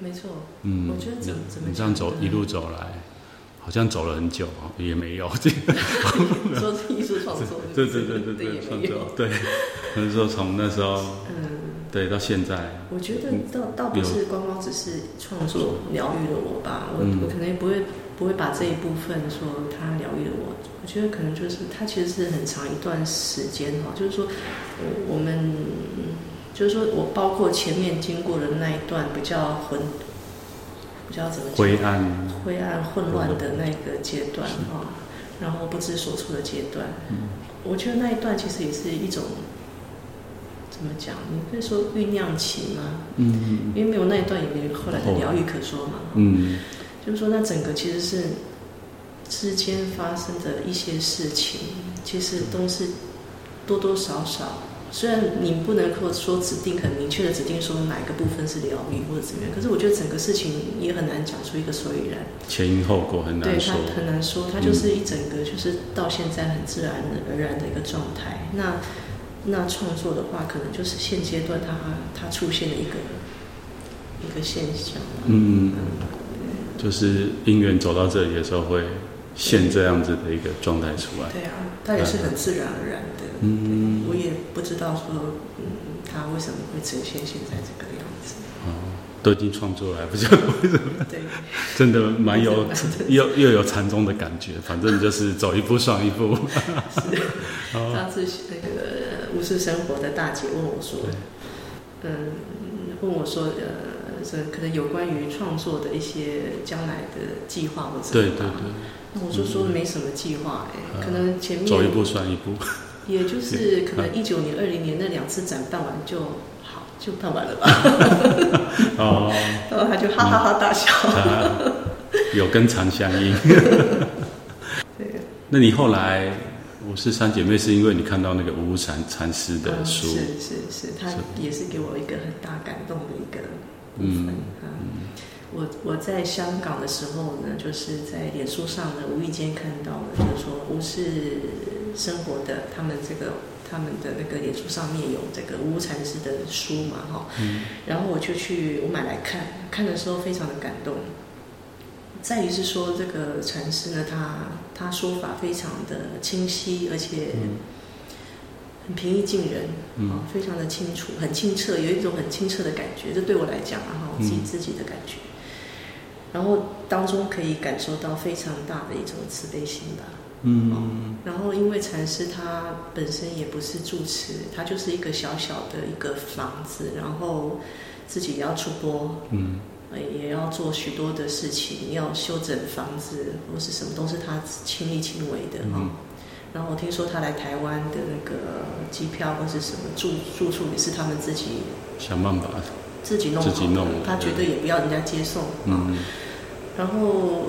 Speaker 2: 没错。
Speaker 1: 嗯，
Speaker 2: 我觉得怎么
Speaker 1: 你
Speaker 2: 怎么
Speaker 1: 你这样走
Speaker 2: 讲呢
Speaker 1: 一路走来，好像走了很久 哦，也没 有。
Speaker 2: 说是艺术创作，
Speaker 1: 对对对对
Speaker 2: 对，
Speaker 1: 对，
Speaker 2: 也
Speaker 1: 创啊
Speaker 2: 没有
Speaker 1: 作。对，可是说从那时候
Speaker 2: 嗯，
Speaker 1: 对到现在，
Speaker 2: 我觉
Speaker 1: 嗯
Speaker 2: 得倒倒不是光光只是创作疗愈了我吧，我、
Speaker 1: 嗯
Speaker 2: 我可能也不会不会把这一部分说它疗愈了我，我觉得可能就是它其实是很长一段时间哈，就是说我我们就是说我包括前面经过的那一段比较混，比较怎么讲
Speaker 1: 灰暗，
Speaker 2: 灰暗啊混乱的那个阶段哈、然后不知所措的阶段，我觉得那一段其实也是一种怎么讲？你可以说酝酿期吗？
Speaker 1: 嗯
Speaker 2: 因为没有那一段，也没有后来的疗愈可说嘛。
Speaker 1: 嗯
Speaker 2: 就是说，那整个其实是之间发生的一些事情，其实都是多多少少。虽然你不能够说指定很明确的指定说哪一个部分是疗愈或者怎么样，可是我觉得整个事情也很难讲出一个所以然。
Speaker 1: 前因后果很
Speaker 2: 对
Speaker 1: 难
Speaker 2: 他
Speaker 1: 说。嗯
Speaker 2: 很难说，他就是一整个就是到现在很自然而然的一个状态。那那创作的话，可能就是现阶段它它出现的一个一个现象嘛。
Speaker 1: 嗯，就是因缘走到这里的时候，会现这样子的一个状态出来。
Speaker 2: 对啊，它也是很自然而然的。
Speaker 1: 嗯，
Speaker 2: 我也不知道说，嗯，它为什么会呈现现在这个样子？
Speaker 1: 都已经创作了，还不就
Speaker 2: 对，
Speaker 1: 真的蛮有
Speaker 2: 蛮
Speaker 1: 又又有禅宗的感觉。反正就是走一步算一步。哦
Speaker 2: 上次那个无事生活的大姐问我说，嗯，问我说，呃，这可能有关于创作的一些将来的计划或者
Speaker 1: 对对
Speaker 2: 什么吧
Speaker 1: 对，
Speaker 2: 那我就说没什么计划哎、
Speaker 1: 嗯
Speaker 2: 可能前
Speaker 1: 走一
Speaker 2: 面
Speaker 1: 步算一步。
Speaker 2: 也就是可能一九年、二零年那两次展办完就好，就办完了吧，
Speaker 1: 哦，
Speaker 2: 然后他就哈哈哈大笑。
Speaker 1: 它有跟禅相应。
Speaker 2: 对，
Speaker 1: 那你后来，我是三姐妹，是因为你看到那个无禅禅师的
Speaker 2: 嗯
Speaker 1: 书，
Speaker 2: 是是是，他
Speaker 1: 是
Speaker 2: 也是给我一个很大感动的一个部
Speaker 1: 嗯
Speaker 2: 分。嗯，我我在香港的时候呢，就是在脸书上呢，无意间看到了，就是说无事生活的他们这个他们的那个脸书上面有这个无禅师的书嘛，哈、
Speaker 1: 嗯
Speaker 2: 然后我就去我买来看，看的时候非常的感动。在于是说这个禅师呢，他他说法非常的清晰，而且很平易近人，
Speaker 1: 嗯
Speaker 2: 啊，非常的清楚，很清澈，有一种很清澈的感觉。这对我来讲啊，哈，我自己
Speaker 1: 嗯
Speaker 2: 自己的感觉。然后当中可以感受到非常大的一种慈悲心吧。
Speaker 1: 嗯
Speaker 2: 然后因为禅师他本身也不是住持，他就是一个小小的一个房子，然后自己也要出波，
Speaker 1: 嗯
Speaker 2: 呃也要做许多的事情，要修整房子或是什么，都是他亲力亲为的哈、
Speaker 1: 嗯
Speaker 2: 然后我听说他来台湾的那个机票或是什么住住处也是他们自己
Speaker 1: 想办法，
Speaker 2: 自己弄好的，
Speaker 1: 自己弄的
Speaker 2: 他绝对也不要人家接送。啊
Speaker 1: 嗯
Speaker 2: 然后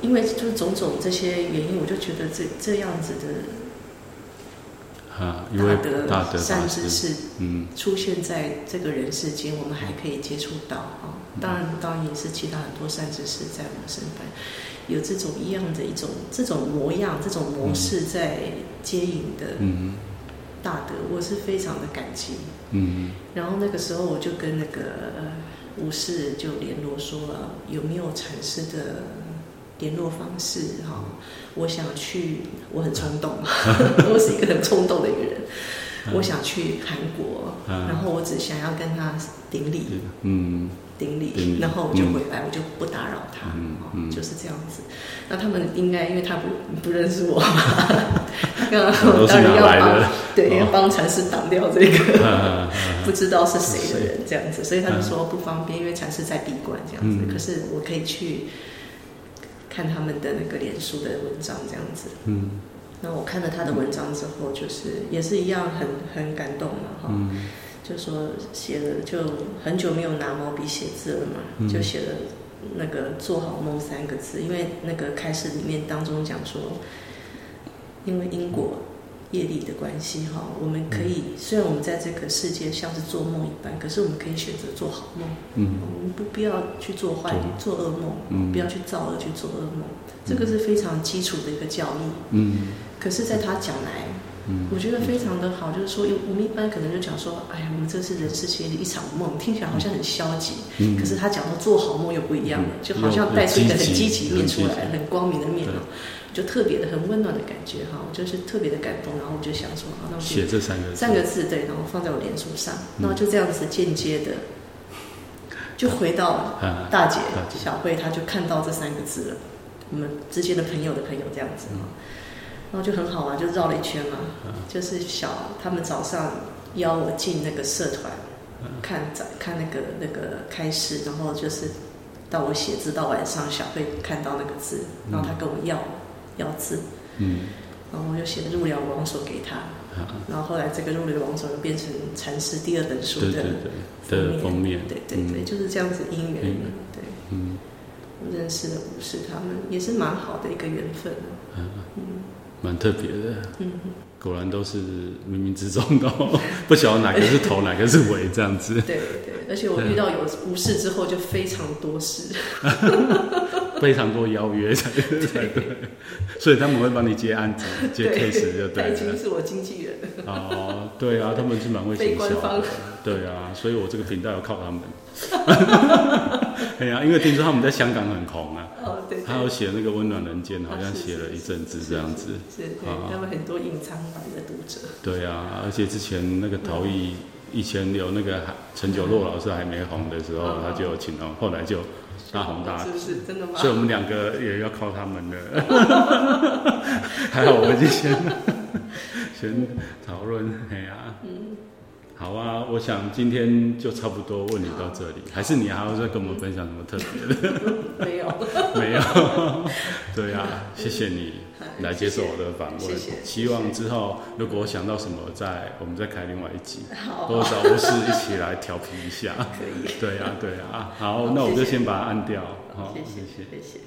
Speaker 2: 因为就是种种这些原因，我就觉得这这样子的
Speaker 1: 啊，因为大
Speaker 2: 大
Speaker 1: 德法
Speaker 2: 的善知
Speaker 1: 师，
Speaker 2: 识
Speaker 1: 嗯
Speaker 2: 出现在这个人世间，我们还可以接触到啊。当然，当然也是其他很多善知识在我们身边有这种一样的一种这种模样、这种模式在接引的
Speaker 1: 嗯
Speaker 2: 大德，我是非常的感激。
Speaker 1: 嗯
Speaker 2: 然后那个时候我就跟那个呃武士就联络说，呃有没有禅师的联络方式哈、我想去，我很冲动，我是一个很冲动的一个人，我想去韩国，
Speaker 1: 嗯
Speaker 2: 然后我只想要跟他顶礼
Speaker 1: 嗯
Speaker 2: 顶
Speaker 1: 顶
Speaker 2: 礼，
Speaker 1: 礼
Speaker 2: 然后我就回来，我就不打扰他，
Speaker 1: 嗯
Speaker 2: 哦
Speaker 1: 嗯
Speaker 2: 就是这样子。那他们应该因为他不不认识我， 他刚
Speaker 1: 我
Speaker 2: 刚
Speaker 1: 都是
Speaker 2: 当然
Speaker 1: 哪
Speaker 2: 要
Speaker 1: 来
Speaker 2: 帮
Speaker 1: 的
Speaker 2: 对
Speaker 1: 哦
Speaker 2: 要帮禅师挡掉这个。
Speaker 1: 啊啊
Speaker 2: 不知道是谁的人这样
Speaker 1: 嗯
Speaker 2: 子，所以他就说不方便，因为禅师在闭关这样子。
Speaker 1: 嗯
Speaker 2: 可是我可以去看他们的那个脸书的文章这样子。
Speaker 1: 嗯
Speaker 2: 那我看了他的文章之后，就是也是一样很很感动嘛哈。
Speaker 1: 嗯
Speaker 2: 就说写了就很久没有拿毛笔写字了嘛，
Speaker 1: 嗯
Speaker 2: 就写了那个“做好梦”三个字，因为那个开始里面当中讲说，因为因果业力的关系哈，我们可以、
Speaker 1: 嗯
Speaker 2: 虽然我们在这个世界像是做梦一般，可是我们可以选择做好梦，
Speaker 1: 嗯
Speaker 2: 我们不必要去做坏、做噩梦，
Speaker 1: 嗯
Speaker 2: 不要去造恶、去做噩梦，这个是非常基础的一个教育。
Speaker 1: 嗯
Speaker 2: 可是，在他讲来，
Speaker 1: 嗯
Speaker 2: 我觉得非常的好，就是说，有我们一般可能就讲说，哎呀，我们这是人世间的一场梦，听起来好像很消极，
Speaker 1: 嗯
Speaker 2: 可是他讲到做好梦又不一样了，
Speaker 1: 嗯
Speaker 2: 就好像带出一个很积极面出
Speaker 1: 有有积
Speaker 2: 来，
Speaker 1: 极
Speaker 2: 很光明的面
Speaker 1: 对
Speaker 2: 啊，就特别的很温暖的感觉哈，我就是特别的感动，然后我就想说，好，那我
Speaker 1: 嗯写
Speaker 2: 就
Speaker 1: 这三个字
Speaker 2: 三个字对，然后放在我脸书上，
Speaker 1: 嗯
Speaker 2: 然后就这样子间接的，就回到
Speaker 1: 啊
Speaker 2: 大姐
Speaker 1: 大姐
Speaker 2: 小慧，她就看到这三个字了，我们之间的朋友的朋友这样
Speaker 1: 嗯
Speaker 2: 子哈，然后就很好玩，啊就绕了一圈嘛，就是小他们早上邀我进那个社团
Speaker 1: 嗯
Speaker 2: 看展看那个那个开市，然后就是到我写字到晚上，小慧看到那个字，然后她跟我要要字，
Speaker 1: 嗯
Speaker 2: 然后我就写入辽王所给她，
Speaker 1: 啊
Speaker 2: 然后后来这个入辽王所就变成禅师第二本书
Speaker 1: 对对
Speaker 2: 的
Speaker 1: 对的封面
Speaker 2: 对对对，
Speaker 1: 嗯
Speaker 2: 就是这样子姻缘
Speaker 1: 嗯，
Speaker 2: 对。
Speaker 1: 嗯
Speaker 2: 我认识的武士，他们也是蛮好的一个缘分啊
Speaker 1: 啊
Speaker 2: 嗯
Speaker 1: 蛮特别的。
Speaker 2: 嗯，
Speaker 1: 果然都是冥冥之中的哦，不晓得哪个是头，哪个是尾，这样子
Speaker 2: 对对，而且我遇到有武士之后就非常多事，
Speaker 1: 非常多邀约才才对，所以他们会帮你接案子、接 case 就
Speaker 2: 他
Speaker 1: 对
Speaker 2: 已
Speaker 1: 了
Speaker 2: 经。是我经纪人了，
Speaker 1: 哦，对啊，他们是蛮会
Speaker 2: 非
Speaker 1: 行销
Speaker 2: 官方
Speaker 1: 的，对啊，所以我这个频道要靠他们。 哎呀、因为听说他们在香港很红啊，
Speaker 2: 哦对，对
Speaker 1: 他有写那个《温暖人间》，好
Speaker 2: 啊
Speaker 1: 像
Speaker 2: 是
Speaker 1: 写了一阵子
Speaker 2: 是
Speaker 1: 这样子。
Speaker 2: 是是对
Speaker 1: 啊，
Speaker 2: 他们很多隐藏版的读者，
Speaker 1: 对啊，而且之前那个陶艺，以前有那个还陈九洛老师还没红的时候
Speaker 2: 嗯，
Speaker 1: 他就有请哦，后来就大红大
Speaker 2: 是不是真的吗
Speaker 1: 所？以我们两个也要靠他们了。 还好我们就先先讨论，哎呀、好啊，我想今天就差不多问你到这里，还是你还要再跟我们分享什么特别
Speaker 2: 没有，
Speaker 1: 的？没有，对啊，谢谢你来接受我的访问，
Speaker 2: 谢谢谢谢
Speaker 1: 希望之后如果我想到什么再，我们再开另外一集，
Speaker 2: 好
Speaker 1: 或者找吴师一起来调皮一下。
Speaker 2: 可以，
Speaker 1: 对啊，对啊，好，
Speaker 2: 好
Speaker 1: 那我就
Speaker 2: 谢谢
Speaker 1: 先把它按掉，好，
Speaker 2: 谢谢谢谢。